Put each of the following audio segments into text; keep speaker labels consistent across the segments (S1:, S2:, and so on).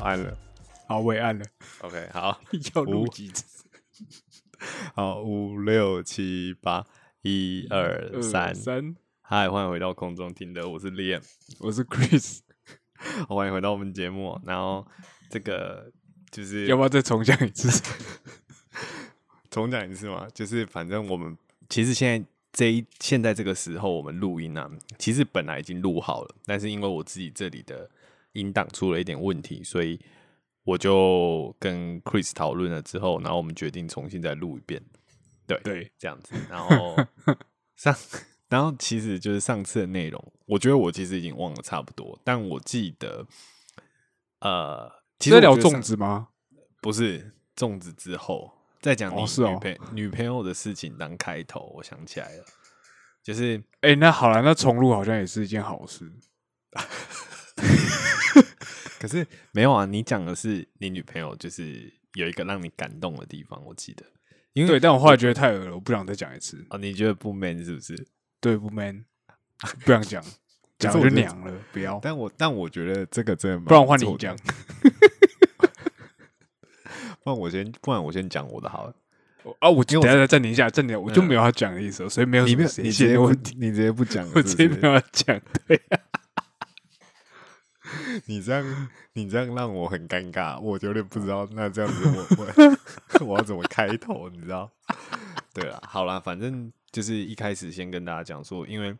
S1: 按了
S2: 好，我也按了，
S1: ，OK，好，
S2: 要
S1: 五
S2: 录几次？
S1: 好，五六七八，一嗯二三，
S2: 三，
S1: 嗨，欢迎回到空中听的，我是 Liam，
S2: 我是 Chris，
S1: 好欢迎回到我们节目。哦然后这个就是
S2: 要不要再重讲一次？
S1: 重讲一次嘛，就是反正我们其实现在这一现在这个时候我们录音啊，其实本来已经录好了，但是因为我自己这里的音档出了一点问题，所以我就跟 Chris 讨论了之后，然后我们决定重新再录一遍，
S2: 对，
S1: 这样子。然 后上，然后其实就是上次的内容，我觉得我其实已经忘了差不多，但我记得，呃，其
S2: 是
S1: 实
S2: 在
S1: 我
S2: 聊
S1: 觉得
S2: 粽
S1: 上
S2: 子吗？
S1: 不是粽子之后再讲你
S2: 哦是哦
S1: 女朋、女朋友的事情当开头，我想起来了，就是
S2: 哎，那好了，那重录好像也是一件好事。
S1: 可是没有啊，你讲的是你女朋友就是有一个让你感动的地方，我记得，因为
S2: 对，但我后来觉得太恶了，我不想再讲一次。
S1: 哦，你觉得不 man 是不是？
S2: 对，不 man，不想讲，讲
S1: 我
S2: 了
S1: 觉
S2: 就
S1: 得
S2: 娘了，不要，
S1: 但我但我觉得这个真的蛮
S2: 不然换你
S1: 不错的
S2: 讲。
S1: 不然我先不然我先讲我的好了，
S2: 啊！我
S1: 因
S2: 等
S1: 为我
S2: 一下暂停一下，暂停一下，我就
S1: 嗯
S2: 没有要讲的意思，所以没有
S1: 你
S2: 什
S1: 没有
S2: 么谁
S1: 你直
S2: 先
S1: 接
S2: 的
S1: 不
S2: 问题，
S1: 你直接不讲了，
S2: 我
S1: 是
S2: 直
S1: 不
S2: 接
S1: 是
S2: 没有要讲。对，
S1: 你这样，你这样让我很尴尬，我有点不知道。那这样子我，我 我要怎么开头？你知道？ 对了，好啦，反正就是一开始先跟大家讲说，因为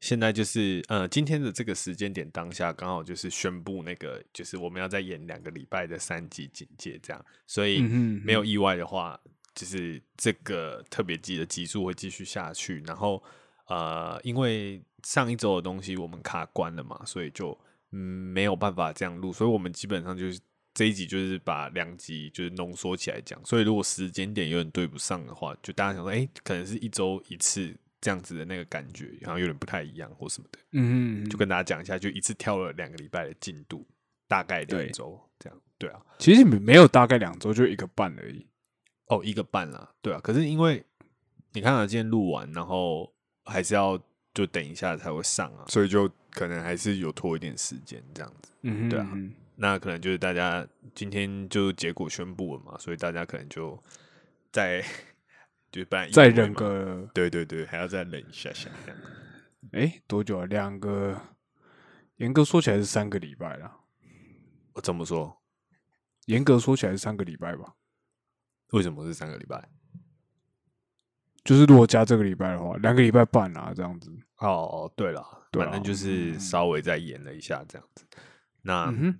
S1: 现在就是呃，今天的这个时间点当下，刚好就是宣布那个，就是我们要再演两个礼拜的三级警戒，这样，所以
S2: 嗯哼嗯哼
S1: 没有意外的话，就是这个特别集的集数会继续下去，然后呃，因为上一周的东西我们卡关了嘛，所以就嗯没有办法这样录，所以我们基本上就是这一集就是把两集就是浓缩起来讲，所以如果时间点有点对不上的话，就大家想说，哎、可能是一周一次这样子的那个感觉，然后有点不太一样或什么的，
S2: 嗯
S1: 就跟大家讲一下，就一次跳了两个礼拜的进度，大概两
S2: 对
S1: 周这样，对啊，
S2: 其实没有大概两周，就一个半而已。
S1: 哦，一个半啦，对啊。可是因为你看啊，今天录完，然后还是要就等一下才会上啊，所以就可能还是有拖一点时间这样子。
S2: 嗯哼，
S1: 对啊
S2: 嗯哼
S1: 那可能就是大家今天就结果宣布了嘛，所以大家可能就在 就本来以
S2: 再
S1: 为
S2: 忍
S1: 嘛，
S2: 个
S1: 对对对，还要再忍一下下这样。
S2: 哎多久啊？两个，严格说起来是三个礼拜啦。
S1: 我怎么说？
S2: 严格说起来是三个礼拜吧，
S1: 为什么是三个礼拜？
S2: 就是如果加这个礼拜的话，两个礼拜半啦，这样子。
S1: 哦，对了，
S2: 对
S1: 反正
S2: 啊
S1: 就是
S2: 嗯
S1: 稍微再演了一下这样子。那、
S2: 嗯哼，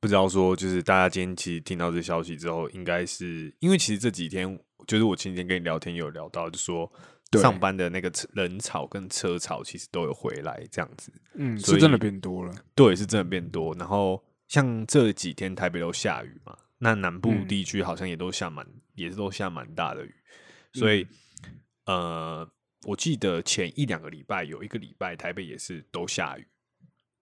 S1: 不知道说，就是大家今天其实听到这消息之后，应该是因为其实这几天，就是我前几天跟你聊天也有聊到，就说
S2: 对
S1: 上班的那个车人潮跟车潮其实都有回来这样子，
S2: 嗯，
S1: 所
S2: 是真的
S1: 以
S2: 变多了。
S1: 对，是真的变多。然后像这几天台北都下雨嘛，那南部
S2: 嗯
S1: 地区好像也都下蛮，也是都下蛮大的雨，所以、
S2: 嗯
S1: 呃，我记得前一两个礼拜有一个礼拜台北也是都下雨，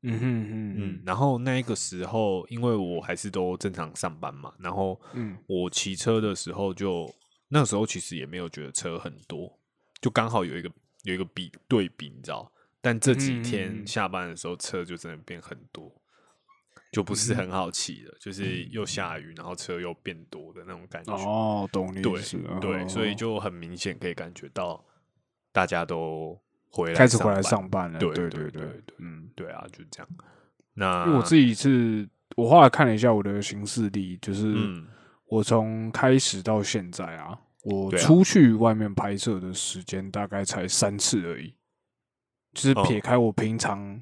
S2: 嗯哼嗯
S1: 嗯
S2: 嗯，
S1: 然后那一个时候，因为我还是都正常上班嘛，然后
S2: 嗯
S1: 我骑车的时候就那时候其实也没有觉得车很多，就刚好有一个有一个比对比，你知道？但这几
S2: 嗯嗯
S1: 天
S2: 嗯
S1: 下班的时候，车就真的变很多，就不
S2: 嗯
S1: 是很好骑了，就是又下雨，然后车又变多的那种感觉。
S2: 哦，懂你
S1: 嗯
S2: 意
S1: 对
S2: 思。
S1: 对，
S2: 哦
S1: 所以就很明显可以感觉到大家都回来
S2: 开始回
S1: 上班
S2: 来上班了。
S1: 对
S2: 对
S1: 对
S2: 对
S1: 对对
S2: 嗯，
S1: 对啊，就这样。那
S2: 因为我自己是，我后来看了一下我的行事历，就是
S1: 嗯
S2: 我从开始到现在啊，我
S1: 对啊
S2: 出去外面拍摄的时间大概才三次而已，就是
S1: 哦
S2: 撇开我平常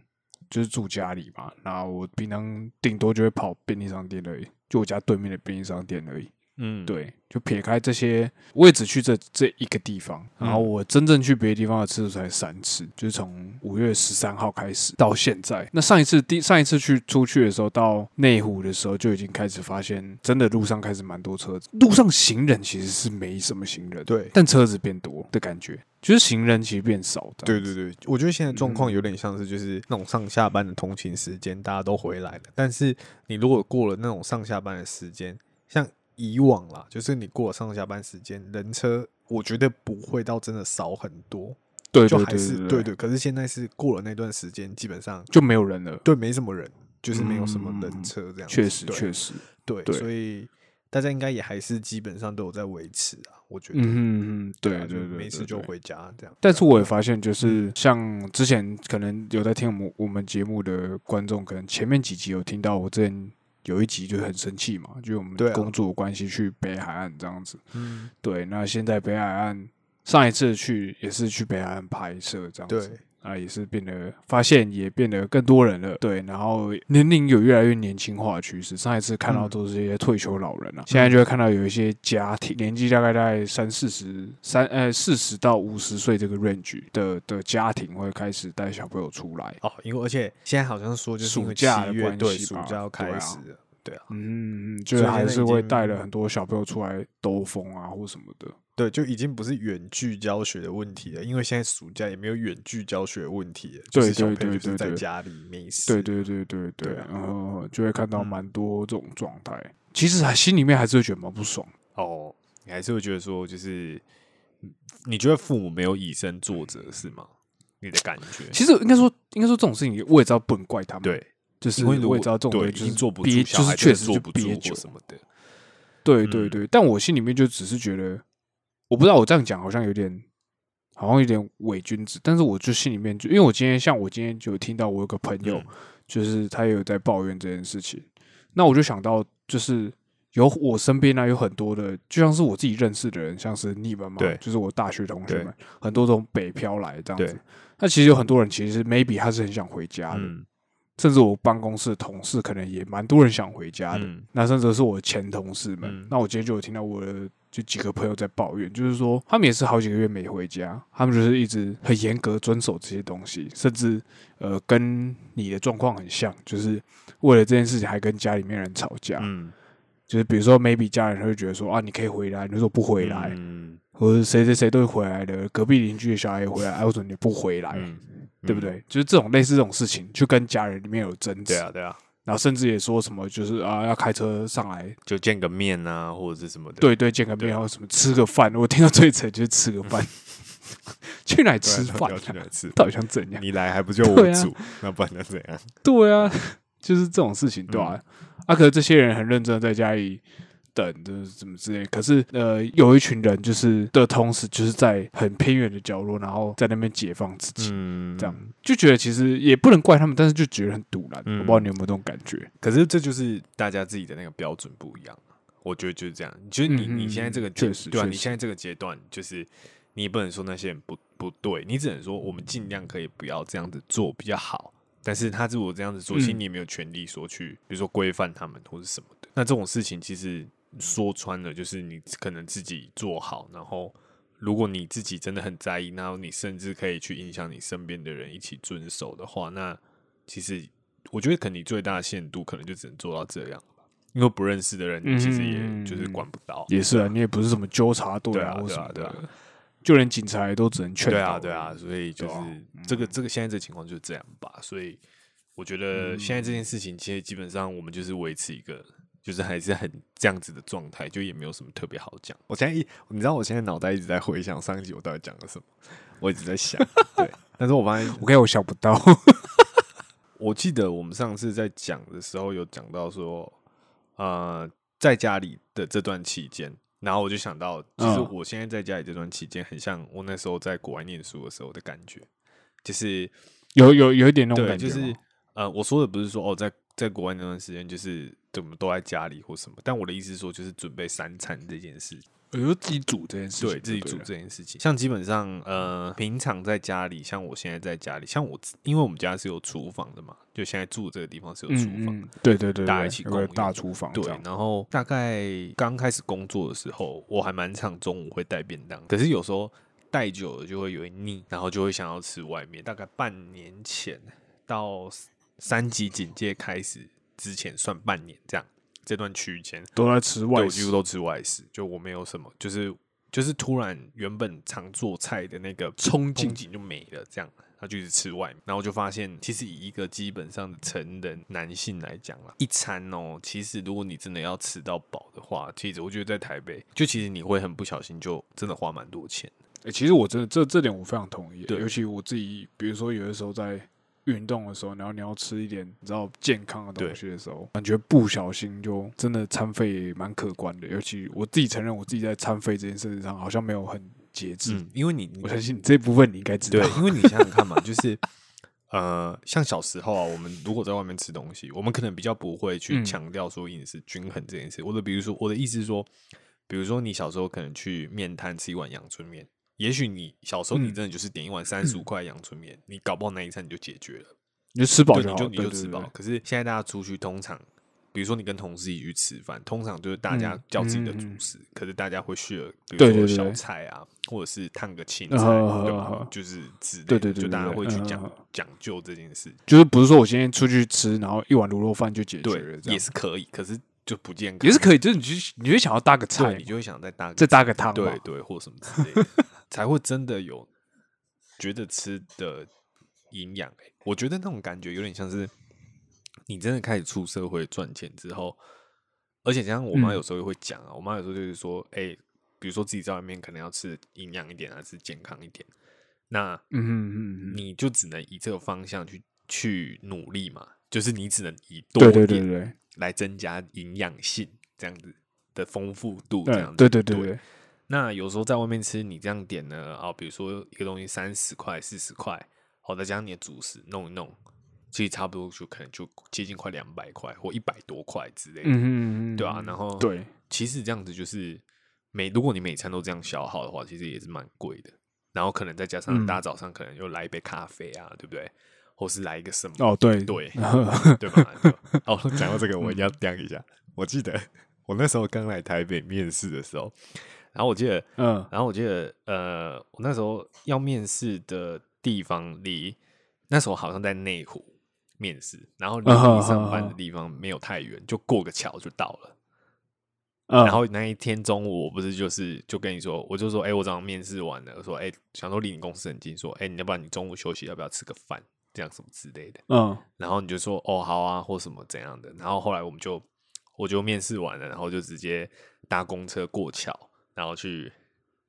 S2: 就是住家里嘛，那我平常顶多就会跑便利商店而已，就我家对面的便利商店而已。
S1: 嗯，，
S2: 对，就撇开这些，我也只去这这一个地方，然
S1: 嗯
S2: 后我真正去别的地方的次数才三次，就是从五月十三号开始到现在。那上一次第上一次去出去的时候，到内湖的时候就已经开始发现，真的路上开始蛮多车子，路上行人其实是没什么行人，
S1: 对
S2: 但车子变多的感觉，就是行人其实变少的。
S1: 对对对，我觉得现在状
S2: 嗯
S1: 况有点像是就是那种上下班的通勤时间，大家都回来了。但是你如果过了那种上下班的时间，像以往啦，就是你过了上下班时间，人车我觉得不会到真的少很多，
S2: 对，
S1: 就
S2: 对
S1: 还是
S2: 对
S1: 对对。可是现在是过了那段时间，基本上
S2: 就没有人了。
S1: 对没什么人，就是没有什么
S2: 嗯
S1: 人车这样子。
S2: 确实，
S1: 对
S2: 确实，
S1: 对，
S2: 对
S1: 所以大家应该也还是基本上都有在维持啊，我觉得。
S2: 嗯嗯嗯，对
S1: 啊
S2: 对
S1: 就
S2: 对，
S1: 没
S2: 对
S1: 事就
S2: 对
S1: 回家这样。
S2: 但是我也发现，
S1: 嗯
S2: 就是像之前可能有在听我们我们节目的观众，可能前面几集有听到我之前有一集就很生气嘛，就我们
S1: 对啊
S2: 工作关系去北海岸这样子。
S1: 嗯，
S2: 对，那现在北海岸上一次去也是去北海岸拍摄这样
S1: 对
S2: 子。，啊，也是变得发现也变得更多人了，对，然后年龄有越来越年轻化的趋势。上一次看
S1: 嗯
S2: 到都是一些退休老人啊，现在就会看到有一些家庭年纪大概在三四十三呃四十到五十岁这个 range 的的家庭会开始带小朋友出来，
S1: 哦，因为而且现在好像说就是因为
S2: 暑假
S1: 七
S2: 的
S1: 月
S2: 关
S1: 对
S2: 系
S1: 暑
S2: 吧
S1: 假要
S2: 对
S1: 开
S2: 啊
S1: 始了，对啊，
S2: 嗯，
S1: 所以
S2: 就
S1: 现
S2: 还
S1: 在已
S2: 是会
S1: 经
S2: 带了很多小朋友出来兜风啊或什么的，
S1: 对，就已经不是远距教学的问题了，因为现在暑假也没有远距教学的问题了，就
S2: 对
S1: 是小
S2: 对
S1: 朋友
S2: 对
S1: 就是
S2: 对
S1: 在
S2: 对
S1: 家里没事，
S2: 对对对对对，
S1: 对啊
S2: 然后就会看到
S1: 嗯
S2: 蛮多这种状态。其实还心里面还是会觉得蛮不爽，
S1: 哦，你还是会觉得说就是，嗯你觉得父母没有以身作则是吗？你的感觉？
S2: 其实应该说，应该说这种事情，我也知道不能怪他们。，
S1: 对，
S2: 就是
S1: 因为如
S2: 我
S1: 果
S2: 也知道这种
S1: 对已
S2: 东西就是
S1: 经做不
S2: 憋
S1: 住，
S2: 就
S1: 小
S2: 是
S1: 孩
S2: 确
S1: 确
S2: 实
S1: 实
S2: 就
S1: 做不住
S2: 憋
S1: 或
S2: 久。
S1: 什么的，
S2: 对对
S1: 嗯
S2: 对，但我心里面就只是觉得，我不知道我这样讲好像有点，好像有点伪君子，但是我就心里面就，因为我今天像我今天就有听到我有个朋友，
S1: 嗯
S2: 就是他也有在抱怨这件事情，那我就想到就是。有我身边呢、啊有很多的，就像是我自己认识的人，像是你们嘛
S1: 对，
S2: 就是我大学同学
S1: 对
S2: 们，很多从北漂来这样
S1: 对
S2: 子。那其实有很多人，其实 maybe 他是很想回家的，
S1: 嗯
S2: 甚至我办公室的同事可能也蛮多人想回家的，
S1: 嗯
S2: 那甚至是我前同事们。
S1: 嗯
S2: 那我今天就有听到我的就几个朋友在抱怨，就是说他们也是好几个月没回家，他们就是一直很严格遵守这些东西，甚至呃跟你的状况很像，就是为了这件事情还跟家里面人吵架。
S1: 嗯，
S2: 就是比如说 maybe 家人会觉得说啊你可以回来，你就说不回来，
S1: 嗯
S2: 或者谁谁谁都回来了，隔壁邻居的小孩也回来，哎、为什么你不回来？
S1: 嗯，
S2: 对不
S1: 嗯？
S2: 对？就是这种类似这种事情，去跟家人里面有争执，
S1: 对啊，对啊，
S2: 然后甚至也说什么就是啊要开车上来，
S1: 就见个面啊，或者是什么的，
S2: 对对，见个
S1: 对
S2: 面，
S1: 啊
S2: 然后什么吃个饭。我听到最扯就是吃个 饭，去哪里
S1: 对啊，
S2: 吃
S1: 到底
S2: 饭
S1: 要
S2: 啊？
S1: 去哪里吃
S2: 到底想怎样？
S1: 你来还不就
S2: 对
S1: 我
S2: 啊
S1: 煮，那不然能怎样？
S2: 对啊， 就是这种事情，对
S1: 嗯
S2: 吧、啊？啊，可是这些人很认真地在家里等，就是怎么之类。可是呃，有一群人就是的同时，就是在很偏远的角落，然后在那边解放自己。
S1: 嗯
S2: 这样就觉得其实也不能怪他们，但是就觉得很堵然。
S1: 嗯哦
S2: 我不知道你有没有这种感觉？
S1: 可是这就是大家自己的那个标准不一样，啊我觉得就是这样。就是你你现在这个
S2: 嗯嗯嗯
S1: 阶
S2: 确实
S1: 对啊，
S2: 确
S1: 你
S2: 实
S1: 现在这个阶段，就是你也不能说那些人不不对，你只能说我们尽量可以不要这样子做比较好。但是他如果这样子做，其实
S2: 嗯
S1: 你也没有权利说去，比如说规范他们或是什么的。那这种事情其实说穿了，就是你可能自己做好，然后如果你自己真的很在意，然后你甚至可以去影响你身边的人一起遵守的话，那其实我觉得可能你最大的限度可能就只能做到这样吧，因为不认识的人
S2: 嗯
S1: 其实也就是管不到。
S2: 也是啊，你也不是什么纠察队
S1: 对啊
S2: 或
S1: 对
S2: 什
S1: 啊
S2: 么
S1: 对啊
S2: 的，就连警察也都只能劝
S1: 对
S2: 导
S1: 啊，
S2: 而已。
S1: 对啊，嗯所以就
S2: 对
S1: 是
S2: 啊
S1: 这个这个现在这情况就是这样吧。所以我觉得现在这件事情，其实基本上我们就是维持一个，就是还是很这样子的状态，就也没有什么特别好讲。我现在一，你知道我现在脑袋一直在回想上一集我到底讲了什么，我一直在 想，对，但是我发现
S2: 我跟你我想不到，
S1: 我记得我们上次在讲的时候有讲到说，呃，在家里的这段期间，然后我就想到，其实
S2: 嗯
S1: 我现在在家里这段期间，很像我那时候在国外念书的时候的感觉，就是
S2: 有有有一点那种
S1: 对，
S2: 感觉
S1: 就
S2: 吗，
S1: 是呃，我说的不是说哦，在在国外那段时间，就是怎么都在家里或什么。但我的意思是说，就是准备三餐这件事情，
S2: 我就自己煮这件事情，
S1: 对自己煮这件事情。像基本上，呃，平常在家里，像我现在在家里，像我自，因为我们家是有厨房的嘛，就现在住的这个地方是有
S2: 嗯
S1: 厨房，
S2: 嗯，对对对，
S1: 大家
S2: 对
S1: 一起
S2: 有
S1: 共
S2: 个
S1: 用
S2: 大厨房这
S1: 对
S2: 样，，
S1: 然后大概刚开始工作的时候，我还蛮常中午会带便当，可是有时候带久了就会有点腻，然后就会想要吃外面。大概半年前到三级警戒开始之前算半年这样，这段区间
S2: 都在吃
S1: 对
S2: 外
S1: 我几乎
S2: 食，
S1: 都吃外食，就我没有什么，就是就是突然原本常做菜的那个
S2: 憧
S1: 憧
S2: 憬
S1: 憬就没了，这样。他就一直吃外面，然后就发现，其实以一个基本上的成人男性来讲啦，一餐哦，其实如果你真的要吃到饱的话，其实我觉得在台北，就其实你会很不小心就真的花蛮多钱。
S2: 欸，其实我真的这这点我非常同意，
S1: 对
S2: 尤其我自己，比如说有的时候在运动的时候，然后你要吃一点你知道健康的东
S1: 对
S2: 西的时候，感觉不小心就真的餐费也蛮可观的。尤其我自己承认，我自己在餐费这件事上好像没有很节制。
S1: 嗯，因为你你
S2: 我相信你这部分你应该知道
S1: 对，，因为你想想看嘛，就是呃，像小时候啊，我们如果在外面吃东西，我们可能比较不会去
S2: 嗯
S1: 强调说饮食均衡这件事。我的比如说，我的意思是说，比如说你小时候可能去面摊吃一碗阳春面，也许你小时候你
S2: 嗯
S1: 真的就是点一碗三十五块阳春面，你搞不好那一餐你就解决了。
S2: 你就吃饱
S1: 对，
S2: 好
S1: 你
S2: 了，
S1: 你
S2: 对
S1: 就
S2: 对
S1: 吃
S2: 对
S1: 饱。可是现在大家出去，通常比如说你跟同事一起去吃饭，通常就是大家
S2: 嗯
S1: 叫自己的
S2: 嗯
S1: 主
S2: 嗯
S1: 食，可是大家会 share，比
S2: 对
S1: 如说
S2: 对对
S1: 小
S2: 对
S1: 菜啊，或者是烫个青
S2: 嗯
S1: 菜，
S2: 呵
S1: 对
S2: 呵
S1: 吧
S2: 呵？
S1: 就是之类的，
S2: 对对
S1: 就
S2: 对对
S1: 大家
S2: 对
S1: 会去
S2: 嗯嗯
S1: 讲
S2: 嗯
S1: 讲究这件事，
S2: 就是不是说我今天出去吃，然后一碗卤肉饭就解决
S1: 对
S2: 了，，这
S1: 也
S2: 样
S1: 是可以，可是就不健康，
S2: 也是可以，就是你就你就想要搭个
S1: 对，
S2: 菜
S1: 你，就会想再搭个
S2: 再搭个汤嘛，
S1: 对对，或什么之类的，才会真的有觉得吃的营养、欸。我觉得那种感觉有点像是你真的开始出社会赚钱之后，而且加上我妈
S2: 嗯
S1: 有时候也会讲啊，我妈有时候就是说，哎、比如说自己在外面可能要吃营养一点啊，吃健康一点，那
S2: 嗯嗯嗯嗯，
S1: 你就只能以这个方向去去努力嘛，就是你只能以多
S2: 对
S1: 一
S2: 对
S1: 点
S2: 对对
S1: 来增加营养性这样子的丰富度，这样
S2: 对
S1: 子
S2: 对对对
S1: 对
S2: 对，
S1: 那有时候在外面吃，你这样点呢，啊，比如说一个东西三十块、四十块，好，再加上你的主食弄一弄，其实差不多就可能就接近快两百块或一百多块之类的，
S2: 嗯嗯嗯，
S1: 对啊。
S2: 嗯
S1: 然后，
S2: 对。
S1: 其实这样子就是每如果你每餐都这样消耗的话，其实也是蛮贵的。然后可能再加上
S2: 嗯
S1: 大家早上可能又来一杯咖啡啊，对不对？或是来一个什么？
S2: 哦，对
S1: 对
S2: 嗯
S1: 对吧？对吧哦，讲到这个，我一定要讲一下。我记得我那时候刚来台北面试的时候，然后我记得，
S2: 嗯
S1: 然后我记得，呃，我那时候要面试的地方离那时候好像在内湖面试，然后离
S2: 啊哈
S1: 你上班
S2: 哈
S1: 的
S2: 哈
S1: 地方没有太远，就过个桥就到了。
S2: 然嗯啊
S1: 然后那一天中午，我不是就是就跟你说，我就说，哎、我早上面试完了，说，哎、想说离你公司很近，说，哎、你要不然你中午休息，要不要吃个饭，这样什么之类的。
S2: 嗯
S1: 然后你就说哦好啊，或什么怎样的。然后后来我们就我就面试完了，然后就直接搭公车过桥，然后去、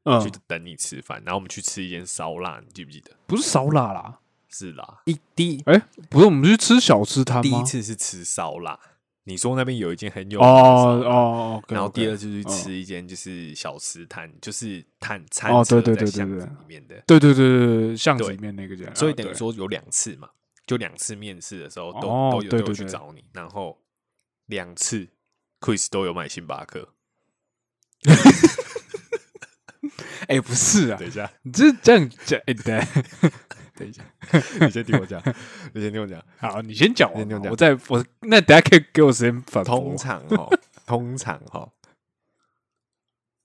S2: 嗯
S1: 去等你吃饭。然后我们去吃一间烧腊，你记不记得？
S2: 不是烧腊啦，
S1: 是啦，一第一
S2: 哎，不是，我们去吃小吃摊
S1: 第
S2: 吗
S1: 一？次是吃烧腊，你说那边有一间很有
S2: 哦
S1: 名的烧腊
S2: 哦，
S1: 然后第二次去
S2: 哦
S1: 吃一间就是小吃摊，就是摊餐
S2: 哦
S1: 车
S2: 对
S1: 在
S2: 对对对
S1: 巷子
S2: 对
S1: 里面的，
S2: 对对对对对，巷子
S1: 对
S2: 里面那个家，
S1: 所以
S2: 啊
S1: 等于
S2: 对
S1: 说有两次嘛，就两次面试的时候都、
S2: 哦
S1: 都有
S2: 对
S1: 都有
S2: 对
S1: 去
S2: 对
S1: 找你，然后两次 Chris 都有买星巴克。
S2: 哎，不是啊
S1: 等，一 下，
S2: 你这这样讲，哎，对，
S1: 等一下， 你先听我讲，你先听我讲。
S2: 好，你先讲
S1: 先
S2: 完
S1: 听我
S2: 嘛，
S1: 讲
S2: 我再我那等下可以给我时间反驳
S1: 通，常 哈，通常哈，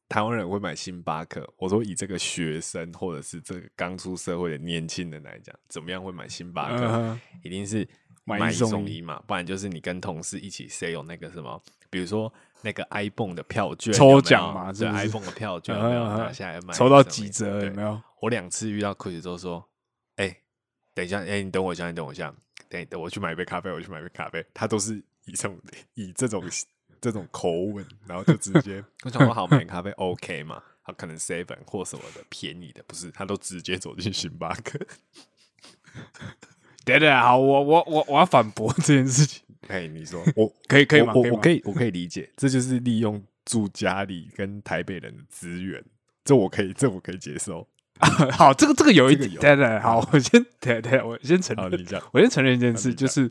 S1: 台湾人会买星巴克。我说以这个学生或者是这个刚出社会的年轻人来讲，怎么样会买星巴克？
S2: 嗯哼
S1: 一定是
S2: 买
S1: 买
S2: 一
S1: 一
S2: 送
S1: 送
S2: 一
S1: 一嘛，不然就是你跟同事一起 say 有那个什么，比如说那个 iPhone 的票券
S2: 抽
S1: 有没有
S2: 奖嘛是
S1: 对
S2: 不是
S1: iPhone 的票券有没有
S2: 嗯嗯嗯
S1: 拿下来买？
S2: 抽到几折
S1: 对
S2: 有没有？
S1: 我两次遇到 Chris 都说，哎、等一下，哎、你等我一下，你等我一下，等等我去买一杯咖啡，我去买一杯咖啡，他都是以这种以这种这种口吻，然后就直接我想说好买咖 啡 OK 嘛。他可能 seven 或什么的便宜的，不是，他都直接走进星巴克。
S2: 等等，好，我我我我要反驳这件事情，
S1: 哎，你说我
S2: 可以可以吗？
S1: 我
S2: 以
S1: 我
S2: 吗
S1: 可以我可以理解，这就是利用住家里跟台北人的资源，这我可以这我可以接受。
S2: 好，这个这个有一
S1: 这个
S2: 点，
S1: 有
S2: 对对，好，我先对对，我先承
S1: 好，
S2: 认
S1: 你，讲，
S2: 我先承认一件
S1: 好
S2: 事，
S1: 你
S2: 就
S1: 讲
S2: 是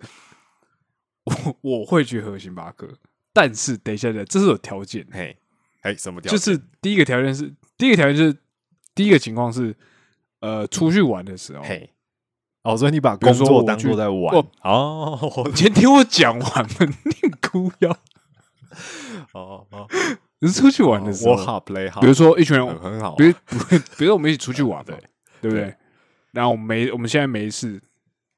S2: 我我会去喝星巴克，但是等一下，等一下这是有条件的，
S1: 嘿，哎，什么条
S2: 就
S1: 件？
S2: 是第一个条件是第一个条件就是第一个情况是，呃，出去玩的时候，
S1: 嘿，哦，所以你把
S2: 比如
S1: 工
S2: 说
S1: 作
S2: 我
S1: 当
S2: 去
S1: 做在玩
S2: 我
S1: 哦，
S2: 你先听我 讲完嘛，你哭腰。
S1: 哦哦，
S2: 你是出去玩的时候，
S1: 我好 play 好，
S2: 比如说一群人，
S1: 很很好啊，
S2: 比如 比如说我们一起出去玩嘛，
S1: 对
S2: 对不对？然后我们没我们现在没事，